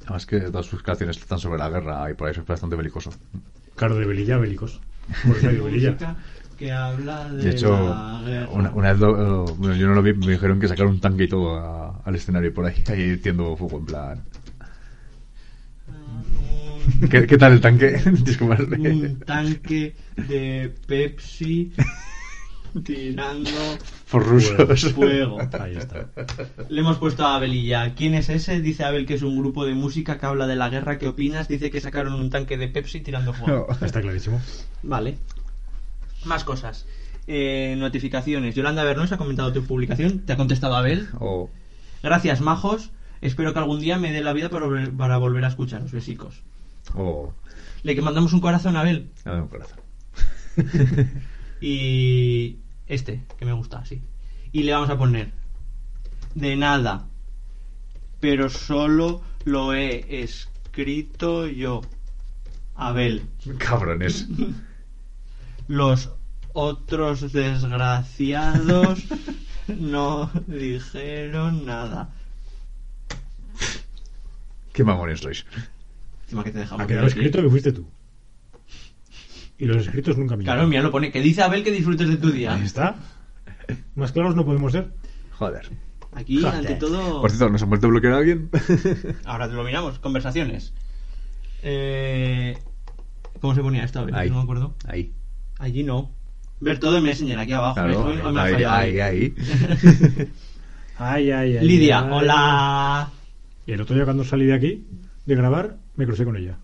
Speaker 4: Además que todas sus canciones están sobre la guerra y por eso es bastante belicoso.
Speaker 2: Claro, de Belilla, bélicos. Por eso Pues hay de Belilla.
Speaker 1: Música. que habla de,
Speaker 4: De hecho,
Speaker 1: la guerra.
Speaker 4: una, una vez lo- lo- bueno, yo no lo vi, me dijeron que sacaron un tanque y todo a- al escenario por ahí, ahí tiendo fuego en plan. ¿Qué, qué tal el tanque? Disculpadme.
Speaker 1: un tanque de Pepsi tirando
Speaker 4: Por rusos.
Speaker 1: fuego.
Speaker 4: Ahí está.
Speaker 1: Le hemos puesto a Abel y ya. ¿Quién es ese? Dice Abel que es un grupo de música que habla de la guerra. ¿Qué opinas? Dice que sacaron un tanque de Pepsi tirando fuego.
Speaker 2: Está clarísimo.
Speaker 1: Vale. Más cosas. Eh, notificaciones. Yolanda Bernos ha comentado tu publicación. Te ha contestado Abel.
Speaker 4: O
Speaker 1: Gracias, majos. Espero que algún día me dé la vida para, volver- para volver a escucharos. Besicos.
Speaker 4: o
Speaker 1: Le que mandamos un corazón a Abel.
Speaker 4: a ver, un corazón.
Speaker 1: Y este, que me gusta, sí. Y le vamos a poner de nada, pero solo lo he escrito yo. Abel.
Speaker 4: Cabrones.
Speaker 1: Los otros desgraciados no dijeron nada.
Speaker 4: Qué mamones sois.
Speaker 1: Encima Ah, que te dejamos
Speaker 2: Ha quedado
Speaker 1: decir.
Speaker 2: escrito que fuiste tú. Y los escritos nunca me
Speaker 1: Claro, mira, lo pone. Que dice Abel que disfrutes de tu día. Ahí
Speaker 2: está. Más claros no podemos ser.
Speaker 4: Joder.
Speaker 1: Aquí, ante todo.
Speaker 4: Por cierto, ¿nos han vuelto a bloquear a alguien?
Speaker 1: Ahora te lo miramos, conversaciones. Eh, ¿Cómo se ponía esto? A ver,
Speaker 4: Ahí.
Speaker 1: no me acuerdo.
Speaker 4: Ahí.
Speaker 1: Allí no. Ver todo en Messenger, aquí abajo.
Speaker 4: Claro,
Speaker 1: ¿ves? Hoy- hoy me ha
Speaker 4: ahí,
Speaker 1: fallado.
Speaker 4: ahí, ahí.
Speaker 2: Ay, ay, ay.
Speaker 1: Lidia,
Speaker 2: ay.
Speaker 1: hola.
Speaker 2: Y el otro día cuando salí de aquí, de grabar, me crucé con ella.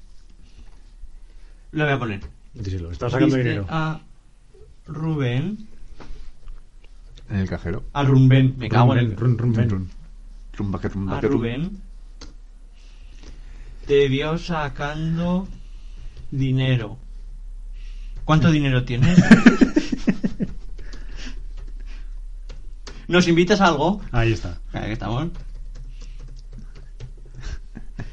Speaker 1: Lo voy a poner.
Speaker 2: Díselo, estaba sacando
Speaker 1: Viste
Speaker 2: dinero.
Speaker 1: A Rubén.
Speaker 4: En el cajero.
Speaker 1: A Rumben, me cago en el-
Speaker 4: Run, run, run, run. Rumba que rumba
Speaker 1: A
Speaker 4: que rum.
Speaker 1: Ah, Rubén. Te vio sacando dinero. ¿Cuánto dinero tienes? ¿Nos invitas a algo?
Speaker 2: Ahí está.
Speaker 1: Ahí estamos.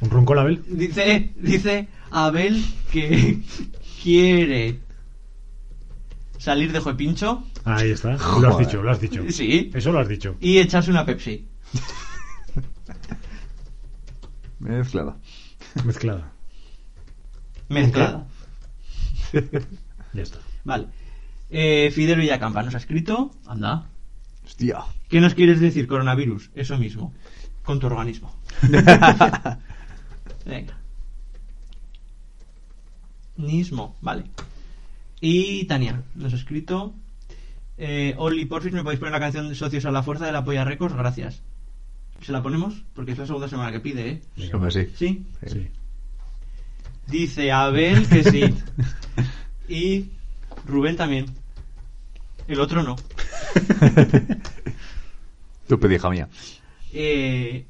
Speaker 2: Un ronco label.
Speaker 1: Dice, dice Abel que quiere salir de Juepincho
Speaker 2: Ahí está. Lo has
Speaker 1: Joder.
Speaker 2: dicho, lo has dicho.
Speaker 1: Sí.
Speaker 2: Eso lo has dicho.
Speaker 1: y echarse una Pepsi.
Speaker 4: Mezclada.
Speaker 2: Mezclada.
Speaker 1: Mezclada.
Speaker 2: Ya está.
Speaker 1: Vale. Eh, Fidel Villacampa nos ha escrito. Anda.
Speaker 4: Hostia.
Speaker 1: ¿Qué nos quieres decir, coronavirus? Eso mismo. Con tu organismo. Venga. Nismo, vale. Y Tania, nos ha escrito. Eh, Oli, porfis, ¿me podéis poner la canción de Socios a la Fuerza de la Polla Records? Gracias. ¿Se la ponemos? Porque es la segunda semana que pide, ¿eh?
Speaker 4: Hombre, sí.
Speaker 1: ¿Sí?
Speaker 4: Sí.
Speaker 1: Dice Abel que sí. y Rubén también. El otro no.
Speaker 4: Tú pedí, hija mía.
Speaker 1: Eh,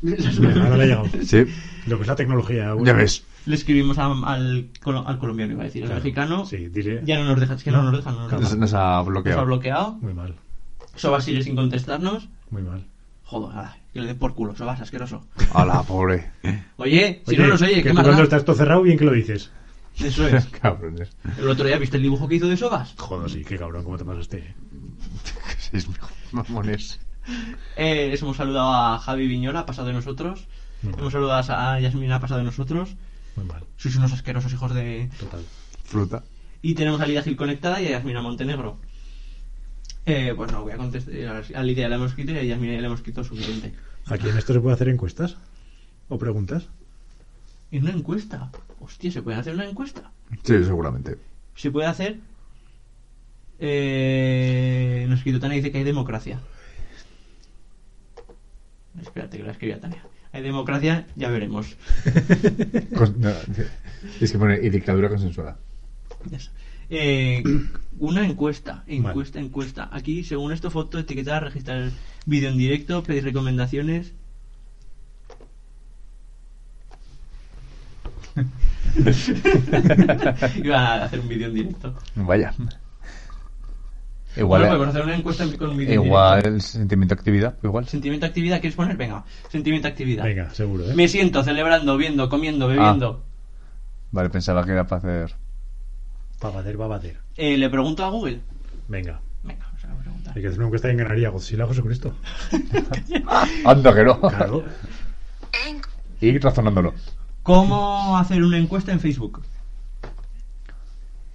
Speaker 2: Mira, ahora le ha llegado.
Speaker 4: Sí.
Speaker 2: Lo que es la tecnología.
Speaker 4: Ya ves.
Speaker 1: Le escribimos a- al, colo- al colombiano, iba a decir, al
Speaker 2: Claro,
Speaker 1: mexicano.
Speaker 2: sí, diré.
Speaker 1: Ya no nos deja, es que no, nos dejan. No nos,
Speaker 4: Nos,
Speaker 1: dejan.
Speaker 4: nos ha
Speaker 1: Nos ha
Speaker 4: bloqueado.
Speaker 1: bloqueado.
Speaker 2: Muy mal,
Speaker 1: Sobas sigue sin contestarnos.
Speaker 2: muy mal.
Speaker 1: Joder, ala, que le den por culo, Sobas, asqueroso.
Speaker 4: Hola, pobre.
Speaker 1: Oye, si no nos oye,
Speaker 2: que
Speaker 1: qué
Speaker 2: tú
Speaker 1: más
Speaker 2: cuando
Speaker 1: da?
Speaker 2: estás todo cerrado, bien que lo dices.
Speaker 1: Eso es.
Speaker 4: Cabrones.
Speaker 1: El otro día, ¿viste el dibujo que hizo de Sobas?
Speaker 2: Joder, sí, qué cabrón, cómo te pasaste. eh.
Speaker 4: Sois mamones.
Speaker 1: Eh, les hemos saludado a Javi Viñola, ha pasado de nosotros.
Speaker 2: Muy mal.
Speaker 1: Hemos saludado a Yasmina, ha pasado de nosotros.
Speaker 2: Muy mal.
Speaker 1: Sois unos asquerosos hijos de...
Speaker 2: Total.
Speaker 4: Fruta.
Speaker 1: Y tenemos a Lidia Gil conectada y a Yasmina Montenegro. Eh, pues no, voy a contestar. A Lidia le hemos quitado y a Yasmina ya le hemos quitado suficiente.
Speaker 2: ¿Aquí en esto se puede hacer encuestas? ¿O preguntas?
Speaker 1: ¿En una encuesta? Hostia, ¿se puede hacer una encuesta?
Speaker 4: Sí, seguramente.
Speaker 1: Se puede hacer. Eh, nos escrito Tania dice que hay democracia. Espérate que la escribía Tania. Hay democracia, ya veremos.
Speaker 4: Con- no, es que pone y dictadura consensuada.
Speaker 1: Eso. Eh, una encuesta, encuesta, encuesta. Aquí, según esto, foto, etiquetar, registrar vídeo en directo, pedir recomendaciones. Iba a hacer un vídeo en directo.
Speaker 4: Vaya.
Speaker 1: Igual.
Speaker 4: Igual, pues, eh,
Speaker 1: Bueno, podemos hacer una encuesta con un vídeo en
Speaker 4: igual
Speaker 1: directo.
Speaker 4: sentimiento actividad, pues igual.
Speaker 1: Sentimiento actividad, ¿quieres poner? Venga, sentimiento actividad.
Speaker 2: Venga, seguro, ¿eh?
Speaker 1: Me siento celebrando, viendo,
Speaker 4: Ah.
Speaker 1: comiendo, bebiendo.
Speaker 4: Vale, pensaba que era para hacer.
Speaker 2: Babader, babader.
Speaker 1: Eh, Le pregunto a Google.
Speaker 2: Venga.
Speaker 1: Venga, vamos a preguntar.
Speaker 2: Hay que hacer una encuesta en Ganaría, Godzilla, Jesucristo.
Speaker 4: Anda que no.
Speaker 2: Claro.
Speaker 4: Y razonándolo.
Speaker 1: ¿Cómo hacer una encuesta en Facebook?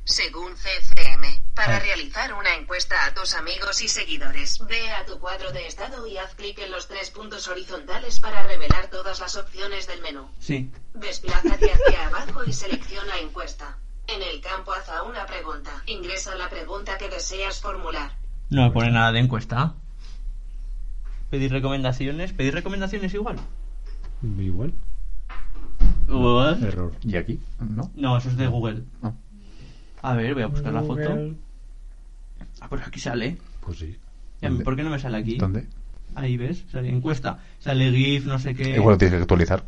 Speaker 7: Según CCM, para para realizar una encuesta a tus amigos y seguidores. Ve a tu cuadro de estado y haz clic en los tres puntos horizontales para revelar todas las opciones del menú.
Speaker 13: Sí.
Speaker 7: Desplázate hacia abajo y selecciona encuesta. En el campo haz a una pregunta. Ingresa la pregunta que deseas formular.
Speaker 13: No me pone nada de encuesta.
Speaker 1: Pedir recomendaciones. Pedir recomendaciones igual.
Speaker 2: Igual.
Speaker 1: What?
Speaker 4: Error. ¿Y aquí? ¿No?
Speaker 1: No, eso es de Google.
Speaker 4: No.
Speaker 1: A ver, voy a buscar la foto.
Speaker 4: Google.
Speaker 1: Ah, pues aquí sale.
Speaker 4: Pues sí.
Speaker 1: ¿Y a mí ¿Por qué no me sale aquí?
Speaker 4: ¿Dónde?
Speaker 1: Ahí ves, sale encuesta. Sale GIF, no sé qué.
Speaker 4: Igual lo tienes Eh, que actualizar.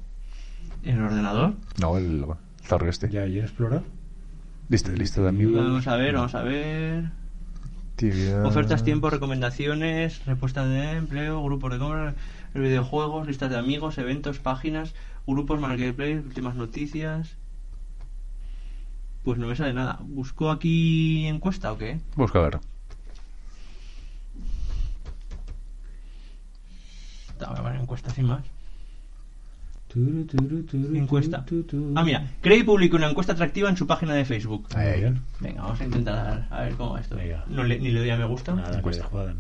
Speaker 1: ¿En el ordenador?
Speaker 4: No, el el zorro este.
Speaker 2: ¿Ya, ya explora?
Speaker 4: Lista, lista de amigos.
Speaker 1: Vamos a Ah. ver, vamos a ver.
Speaker 4: actividad-
Speaker 1: Ofertas, tiempo, recomendaciones, respuesta de empleo, grupo de compra, videojuegos, listas de amigos, eventos, páginas, grupos, marketplace, últimas noticias. Pues no me sale nada. ¿Busco aquí encuesta o qué?
Speaker 4: Busca a ver.
Speaker 1: Ta, Voy a poner encuesta sin más. Encuesta. Ah, mira, Cray publicó una encuesta atractiva en su página de Facebook. Venga, vamos a intentar a ver cómo va esto. No le- ni le doy a me gusta.
Speaker 2: Nada, que
Speaker 1: Encuesta.
Speaker 2: te jodan.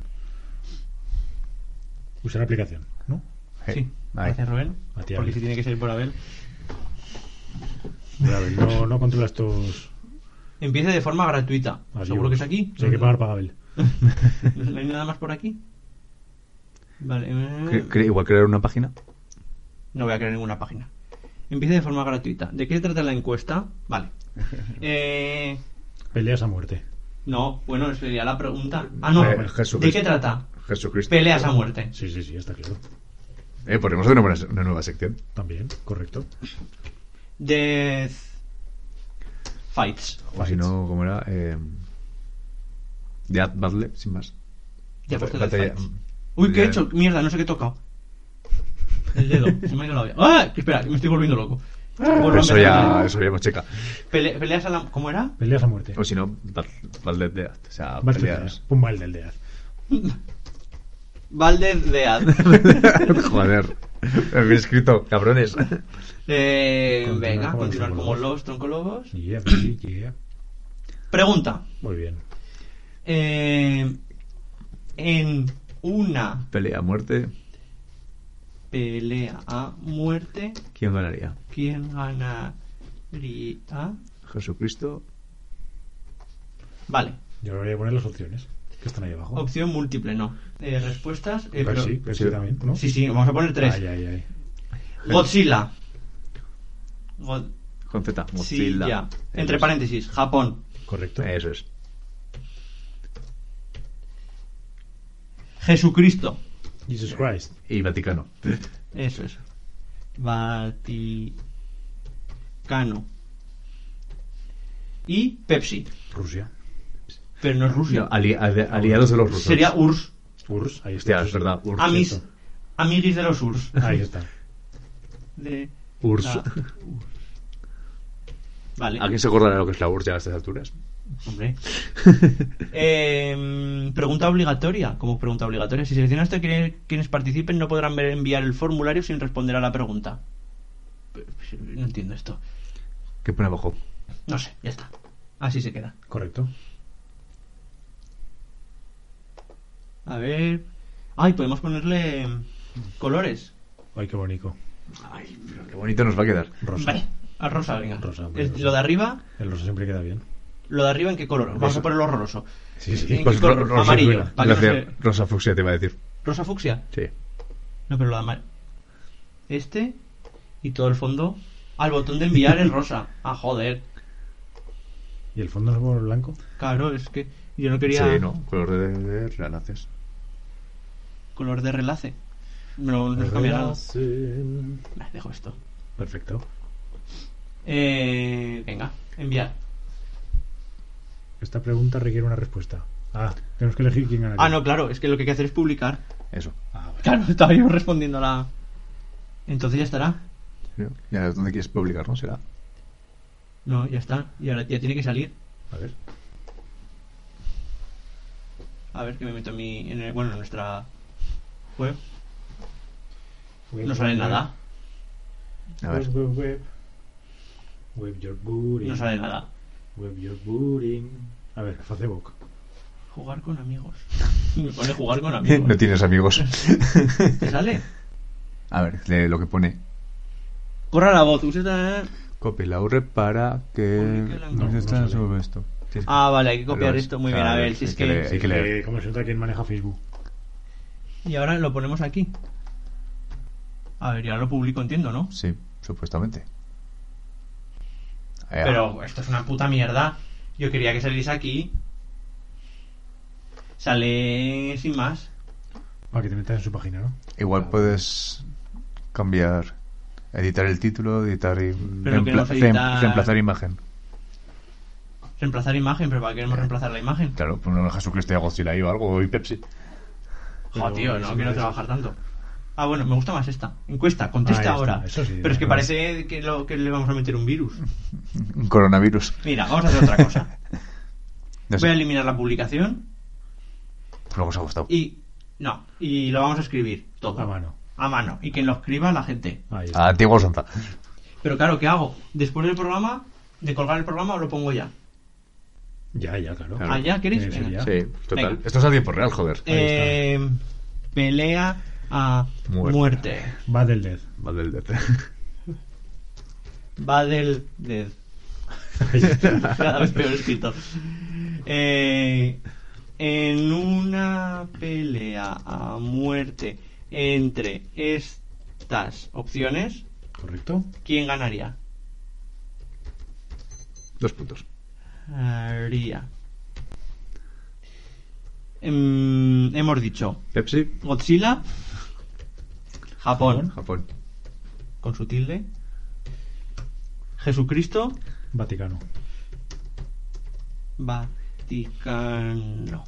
Speaker 2: Usar aplicación, ¿no?
Speaker 1: Sí, gracias Rubén.
Speaker 2: Matías.
Speaker 1: Porque si tiene que salir por Abel.
Speaker 2: Pero, a ver, no, no controla estos.
Speaker 1: Empiece de forma gratuita.
Speaker 2: Adiós.
Speaker 1: Seguro que es aquí.
Speaker 2: Sí, hay que pagar para Abel.
Speaker 1: ¿No hay nada más por aquí? Vale. eh,
Speaker 4: Cre- cre- igual crear una página.
Speaker 1: No voy a crear ninguna página. Empiece de forma gratuita. ¿De qué trata la encuesta? Vale. Eh,
Speaker 2: Peleas a muerte.
Speaker 1: no, bueno, esa sería la pregunta. Ah, no.
Speaker 4: Eh,
Speaker 1: ¿De
Speaker 4: Jesucristo.
Speaker 1: qué trata?
Speaker 4: Jesucristo.
Speaker 1: Peleas a muerte.
Speaker 2: Sí, sí, sí, está claro.
Speaker 4: Eh, podemos hacer una, buena- una nueva sección.
Speaker 2: También, correcto.
Speaker 1: Death Fights.
Speaker 4: O si no, ¿cómo era? Eh, Death Battle, sin más.
Speaker 1: Ya, pues,
Speaker 4: Batalla- mm,
Speaker 1: Death Fights. Uy, ¿qué he hecho? Mierda, no sé qué he tocado. El dedo. Se me ha ido la olla. ¡Ah! Espera, que me estoy volviendo loco. Vuelvo a
Speaker 4: Pues Eso
Speaker 1: empezar.
Speaker 4: ya, eso ya hemos checa.
Speaker 1: Pele- peleas a la... ¿Cómo era?
Speaker 2: Peleas a muerte.
Speaker 4: O si no, Bat- Battle Death. O sea,
Speaker 2: Vas tú,
Speaker 4: Pues peleas.
Speaker 2: Pum, Valde el Deaz.
Speaker 1: Valdez de Ad.
Speaker 4: Joder. Me habéis escrito, cabrones.
Speaker 1: Eh, venga,
Speaker 4: como
Speaker 1: continuar
Speaker 4: los
Speaker 1: como los troncolobos.
Speaker 2: Yeah, baby, yeah.
Speaker 1: Pregunta.
Speaker 2: Muy bien.
Speaker 1: Eh, en una
Speaker 4: Pelea a muerte.
Speaker 1: pelea a muerte,
Speaker 4: ¿Quién ganaría?
Speaker 1: ¿quién ganaría?
Speaker 4: Jesucristo.
Speaker 1: Vale.
Speaker 2: Yo ahora voy a poner las opciones que están ahí abajo.
Speaker 1: Opción múltiple, no. Eh, respuestas. eh,
Speaker 2: Pero
Speaker 1: pero-
Speaker 2: sí, Ah, pero sí, también, ¿no?
Speaker 1: Sí, sí, vamos a poner tres.
Speaker 2: Ay, ay, ay.
Speaker 1: Godzilla. God-
Speaker 4: Con Z.
Speaker 1: sí,
Speaker 4: Mozilla.
Speaker 1: ya.
Speaker 4: Eso
Speaker 1: Entre
Speaker 4: es.
Speaker 1: paréntesis, Japón.
Speaker 2: Correcto.
Speaker 4: Eso es.
Speaker 1: Jesucristo.
Speaker 4: eh.
Speaker 2: Jesus Christ.
Speaker 4: Y Vaticano.
Speaker 1: Eso es. Vaticano. Y Pepsi.
Speaker 2: Rusia.
Speaker 1: Pero no es Rusia.
Speaker 4: No, ali- ali- aliados de los rusos.
Speaker 1: Sería URSS.
Speaker 2: URSS, ahí está.
Speaker 4: Hostia, es verdad. URSS.
Speaker 1: Amis, amiguis de los URSS.
Speaker 2: Ahí está.
Speaker 1: De
Speaker 4: URSS.
Speaker 1: la- Vale.
Speaker 4: ¿A quién se acordará lo que es la URSS ya a estas alturas?
Speaker 1: Hombre. Eh, pregunta obligatoria. Como pregunta obligatoria. Si seleccionaste quienes, quienes participen no podrán ver- enviar el formulario sin responder a la pregunta. Pues, No entiendo esto.
Speaker 4: ¿Qué pone abajo?
Speaker 1: No sé, ya está. Así se queda.
Speaker 2: Correcto.
Speaker 1: A ver. Ay, podemos ponerle mm, colores.
Speaker 2: Ay, qué bonito.
Speaker 4: Ay, pero qué bonito nos va a quedar.
Speaker 2: Rosa.
Speaker 1: Vale, a rosa, venga.
Speaker 2: Rosa, muy
Speaker 1: El-
Speaker 2: rosa.
Speaker 1: Lo de arriba,
Speaker 2: El rosa siempre queda bien.
Speaker 1: lo de arriba en qué color. Vamos
Speaker 4: Rosa.
Speaker 1: a ponerlo horroroso.
Speaker 2: Sí, sí.
Speaker 1: ¿En qué
Speaker 4: Pues
Speaker 1: color?
Speaker 4: Ro- Rosa
Speaker 1: amarillo.
Speaker 4: Fuchsia.
Speaker 1: para que no
Speaker 4: Gracias. Rosa Fuxia te iba a decir.
Speaker 1: se- Rosa fucsia.
Speaker 4: Sí.
Speaker 1: No, pero lo de amarillo. Este y todo el fondo. Al botón de enviar es rosa. Ah, joder.
Speaker 2: ¿Y el fondo es blanco?
Speaker 1: Claro, es que yo no quería
Speaker 4: Sí, no. Color de, de, de relaces.
Speaker 1: color de relace. No, no se cambia nada.
Speaker 2: Relación.
Speaker 1: Vale, Dejo esto.
Speaker 2: Perfecto.
Speaker 1: Eh, venga, enviar.
Speaker 2: Esta pregunta requiere una respuesta. Ah, tenemos que elegir quién ganaría.
Speaker 1: Ah, no, claro, es que lo que hay que hacer es publicar.
Speaker 4: Eso.
Speaker 1: Claro, estaba yo respondiendo a la. Entonces ya estará.
Speaker 4: ¿no? ¿Y ahora dónde quieres publicar, no? Será.
Speaker 1: No, ya está. Y ahora ya tiene que salir.
Speaker 4: A ver.
Speaker 1: A ver que me meto en mi. En el- bueno, en nuestra web. No sale nada.
Speaker 4: A ver.
Speaker 2: Web, web, web. Web your booty.
Speaker 1: No sale nada.
Speaker 2: Web your booty. A ver, Facebook.
Speaker 1: Jugar con amigos. Me pone jugar con amigos.
Speaker 4: No tienes amigos.
Speaker 1: ¿Te sale?
Speaker 4: A ver, lee lo que pone.
Speaker 1: Corra la voz, usted. ¿eh?
Speaker 4: Copylaure para que. No, se está sobre esto. Sí, sí.
Speaker 1: Ah, vale, hay que copiar
Speaker 4: Los-
Speaker 1: esto. Muy bien, a
Speaker 4: claro,
Speaker 1: ver, este si
Speaker 4: hay
Speaker 1: es
Speaker 4: que
Speaker 1: que.
Speaker 4: leer, hay que leer.
Speaker 2: Eh, como se nota quién maneja Facebook.
Speaker 1: Y ahora lo ponemos aquí. A ver, ya lo publico, entiendo, ¿no?
Speaker 4: Sí, supuestamente. Eh,
Speaker 1: Pero esto es una puta mierda. Yo quería que saliese aquí. Sale sin más.
Speaker 2: Para Ah, que te metas en su página, ¿no?
Speaker 4: Igual puedes cambiar, editar el título, editar y
Speaker 1: Pero queremos
Speaker 4: reempla- reem-
Speaker 1: editar-
Speaker 4: reemplazar imagen.
Speaker 1: Reemplazar imagen, pero ¿para qué queremos reemplazar la imagen?
Speaker 4: Claro, pues no Jesucristo y a Godzilla ahí o algo, o y Pepsi.
Speaker 1: Joder, tío, no
Speaker 4: eso
Speaker 1: quiero
Speaker 4: es-
Speaker 1: trabajar tanto. Ah, bueno, me gusta más esta. Encuesta, contesta
Speaker 4: Ahí está,
Speaker 1: ahora.
Speaker 4: Ah, eso sí,
Speaker 1: pero es que
Speaker 4: no.
Speaker 1: parece que, lo, que le vamos a meter un virus.
Speaker 4: Un Coronavirus.
Speaker 1: Mira, vamos a hacer otra cosa.
Speaker 4: No
Speaker 1: Voy a
Speaker 4: sé,
Speaker 1: eliminar la publicación
Speaker 4: pero os ha gustado.
Speaker 1: y. No, y lo vamos a escribir todo. A
Speaker 2: mano.
Speaker 1: A mano. Y que lo escriba la gente.
Speaker 4: A Diego Sanza.
Speaker 1: Pero claro, ¿qué hago? Después del programa, de colgar el programa, lo pongo ya.
Speaker 2: Ya, ya, claro.
Speaker 1: Ah, ¿ya queréis?
Speaker 2: Tiene que
Speaker 1: Venga.
Speaker 2: ser ya.
Speaker 4: Sí, total.
Speaker 1: Venga.
Speaker 4: Esto es a tiempo real, joder.
Speaker 1: Eh, pelea a
Speaker 4: Muerte.
Speaker 1: muerte.
Speaker 2: Va del death.
Speaker 4: Va del death.
Speaker 1: Va del dead. Cada vez peor escrito. Eh, en una pelea a muerte entre estas opciones,
Speaker 2: ¿Correcto?
Speaker 1: ¿quién ganaría?
Speaker 4: Dos puntos.
Speaker 1: Haría. Em, hemos dicho
Speaker 4: Pepsi.
Speaker 1: Godzilla, Japón,
Speaker 4: Japón.
Speaker 1: con su tilde, Jesucristo,
Speaker 2: Vaticano.
Speaker 1: Vaticano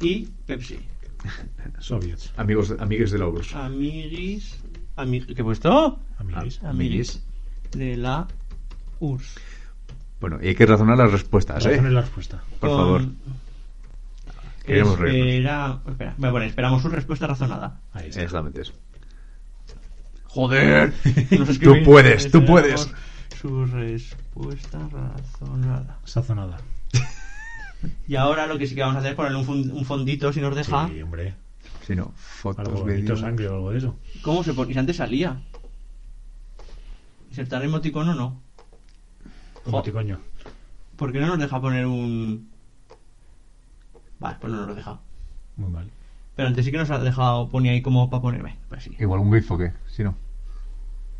Speaker 1: y Pepsi.
Speaker 2: Soviets.
Speaker 4: Amigos, amigues de la URSS.
Speaker 1: Amiguis. amig- ¿Qué he puesto?
Speaker 2: Amiguis.
Speaker 1: Amiguis. De la URSS.
Speaker 4: Bueno, y hay que razonar las respuestas, ¿eh?
Speaker 2: Razonen la respuesta.
Speaker 4: Por
Speaker 1: Con-
Speaker 4: favor. Queremos reírnos.
Speaker 1: Espera, espera. Voy a poner, esperamos su respuesta razonada.
Speaker 4: Exactamente eso.
Speaker 1: Joder. Nos
Speaker 4: Tú
Speaker 1: escribís,
Speaker 4: puedes, tú
Speaker 1: esperamos
Speaker 4: puedes.
Speaker 1: Su respuesta razonada.
Speaker 2: Sazonada.
Speaker 1: Y ahora lo que sí que vamos a hacer es ponerle un, fon- un fondito si nos deja.
Speaker 2: Sí, hombre.
Speaker 4: Si no, fotos,
Speaker 2: Algo bonito,
Speaker 4: vídeos.
Speaker 2: sangre o algo de eso.
Speaker 1: ¿Cómo se pone? Si antes salía. ¿Insertar emoticono no? Jo.
Speaker 2: Emoticoño.
Speaker 1: ¿Por qué no nos deja poner un. Vale, pues no nos lo deja.
Speaker 2: Muy mal.
Speaker 1: Pero antes sí que nos ha dejado, ponía ahí como para ponerme. Pues sí.
Speaker 4: Igual un gif o qué, si no.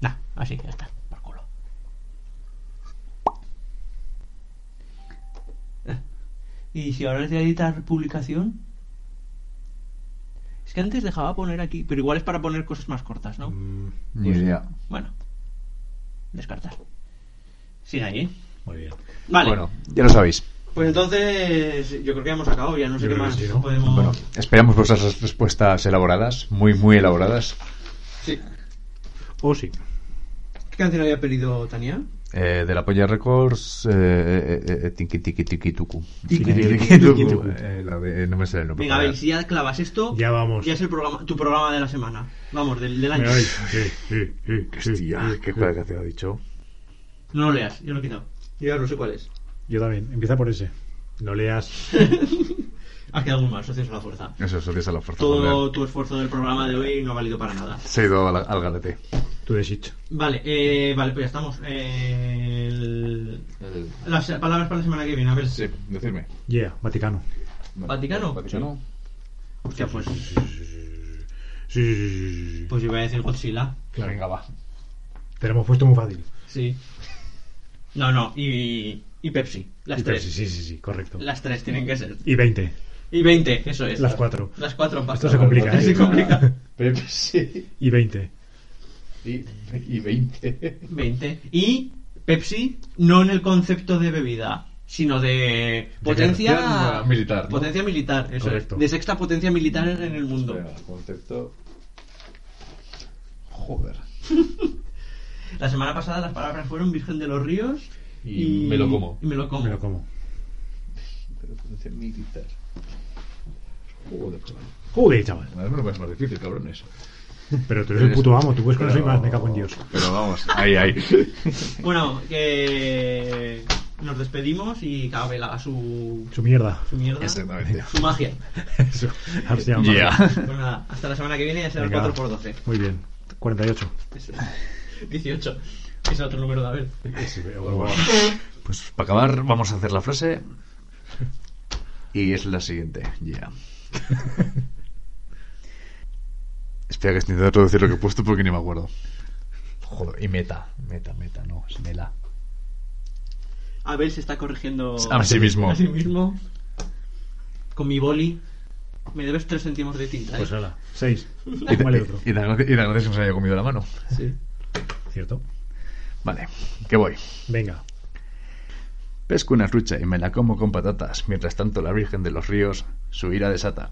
Speaker 1: Nah, así, ya está, por culo. Eh. Y si ahora le doy a editar publicación. Es que antes dejaba poner aquí, pero igual es para poner cosas más cortas, ¿no?
Speaker 2: Mm.
Speaker 4: Ni
Speaker 1: Pues
Speaker 4: idea.
Speaker 1: Bueno, descartar. Sin allí.
Speaker 2: Muy bien.
Speaker 1: Vale.
Speaker 4: Bueno, ya lo sabéis.
Speaker 1: Pues entonces, yo creo que ya hemos acabado, ya no sé
Speaker 2: Yo
Speaker 1: qué
Speaker 2: creo que
Speaker 1: más
Speaker 2: sí, ¿no?
Speaker 1: podemos.
Speaker 4: Bueno, esperamos vuestras respuestas elaboradas, muy, muy elaboradas.
Speaker 1: Sí.
Speaker 2: O Oh, sí.
Speaker 1: ¿Qué canción había pedido Tania?
Speaker 4: Eh, de la Polla Records, eh, eh, eh, eh, Tiki Tiki Tiki Tuku.
Speaker 1: Tiki,
Speaker 4: Tiki,
Speaker 1: tiki,
Speaker 4: tiki,
Speaker 1: tiki,
Speaker 4: tuku.
Speaker 1: tuku.
Speaker 4: Eh, la de- No me sale el nombre.
Speaker 1: Venga, a
Speaker 4: joder.
Speaker 1: ver, si ya clavas esto,
Speaker 4: Ya vamos.
Speaker 1: Ya es el programa, tu programa de la semana. Vamos, del, del año.
Speaker 4: Ay, Hostia, qué cosa que te ha dicho.
Speaker 1: No lo leas, yo lo he quitado. Yo ya no sé cuál es.
Speaker 2: Yo también. Empieza por ese. No leas.
Speaker 1: Has quedado muy mal, socios a la fuerza.
Speaker 4: Eso, eso que es a la fuerza. joder.
Speaker 1: Todo tu esfuerzo del programa de hoy no ha valido para nada.
Speaker 4: Se ha ido al, al galete.
Speaker 2: Tú deshecho.
Speaker 1: Vale, eh, vale, pues ya estamos. Eh, el- Las palabras para la semana que viene, a ver.
Speaker 4: Sí, decirme.
Speaker 2: Yeah, Vaticano.
Speaker 1: ¿Vaticano?
Speaker 4: Vaticano.
Speaker 1: Hostia, pues.
Speaker 2: Sí, sí, sí, sí, sí, sí.
Speaker 1: Pues yo voy a decir Godzilla.
Speaker 2: Claro. Venga, va. Te lo hemos puesto muy fácil.
Speaker 1: Sí. No, no, y, y Pepsi. Las
Speaker 2: Y
Speaker 1: tres.
Speaker 2: Pepsi, sí, sí, sí, correcto.
Speaker 1: Las tres tienen que ser.
Speaker 2: Y 20.
Speaker 1: Y 20, eso es.
Speaker 2: Las cuatro.
Speaker 1: Las cuatro.
Speaker 2: Esto se complica, ¿eh?
Speaker 1: Se complica.
Speaker 4: Pepsi.
Speaker 2: Y 20.
Speaker 4: Y, y 20.
Speaker 1: 20. Y Pepsi, no en el concepto de bebida, sino de potencia
Speaker 4: potencia militar, ¿no?
Speaker 1: Potencia militar, eso
Speaker 4: Correcto.
Speaker 1: es. De sexta potencia militar en el mundo.
Speaker 4: Concepto. Joder.
Speaker 1: La semana pasada las palabras fueron Virgen de los Ríos
Speaker 4: Y me lo como.
Speaker 1: y me lo como.
Speaker 2: Me lo como.
Speaker 4: Potencia militar. Joder, chaval.
Speaker 2: Joder, chaval.
Speaker 4: Además me lo pones más difícil, cabrones.
Speaker 2: Pero tú eres el puto amo, tú puedes con eso y
Speaker 4: Pero-
Speaker 2: más, me cago en Dios.
Speaker 4: Pero vamos, ahí, ahí.
Speaker 1: Bueno, que. Nos despedimos y cada vela haga su,
Speaker 2: Su mierda.
Speaker 1: su mierda.
Speaker 4: Exactamente.
Speaker 1: Su magia.
Speaker 2: Eso. Ahora se llama.
Speaker 4: Yeah.
Speaker 1: Pues nada, hasta la semana que viene ya será el
Speaker 2: Venga.
Speaker 1: 4x12.
Speaker 2: Muy bien. 48.
Speaker 1: Eso. 18. que Es otro número de Abel.
Speaker 4: Pues para acabar, vamos a hacer la frase. Y es la siguiente. Ya. Espera, que estoy intentando traducir lo que he puesto porque ni me acuerdo. Joder, y meta. Meta, meta, no, es mela.
Speaker 1: Abel se está corrigiendo
Speaker 4: A sí mismo.
Speaker 1: A sí mismo. Con mi boli. Me debes 3 céntimos de tinta.
Speaker 2: Pues
Speaker 1: ¿eh?
Speaker 2: hala. 6.
Speaker 4: Y, da-
Speaker 2: Vale otro.
Speaker 4: y, da gracias- y da gracias que nos haya comido la mano.
Speaker 1: Sí.
Speaker 2: Cierto.
Speaker 4: Vale, que voy.
Speaker 2: Venga.
Speaker 4: Pesco una trucha y me la como con patatas. Mientras tanto, la Virgen de los Ríos su ira desata.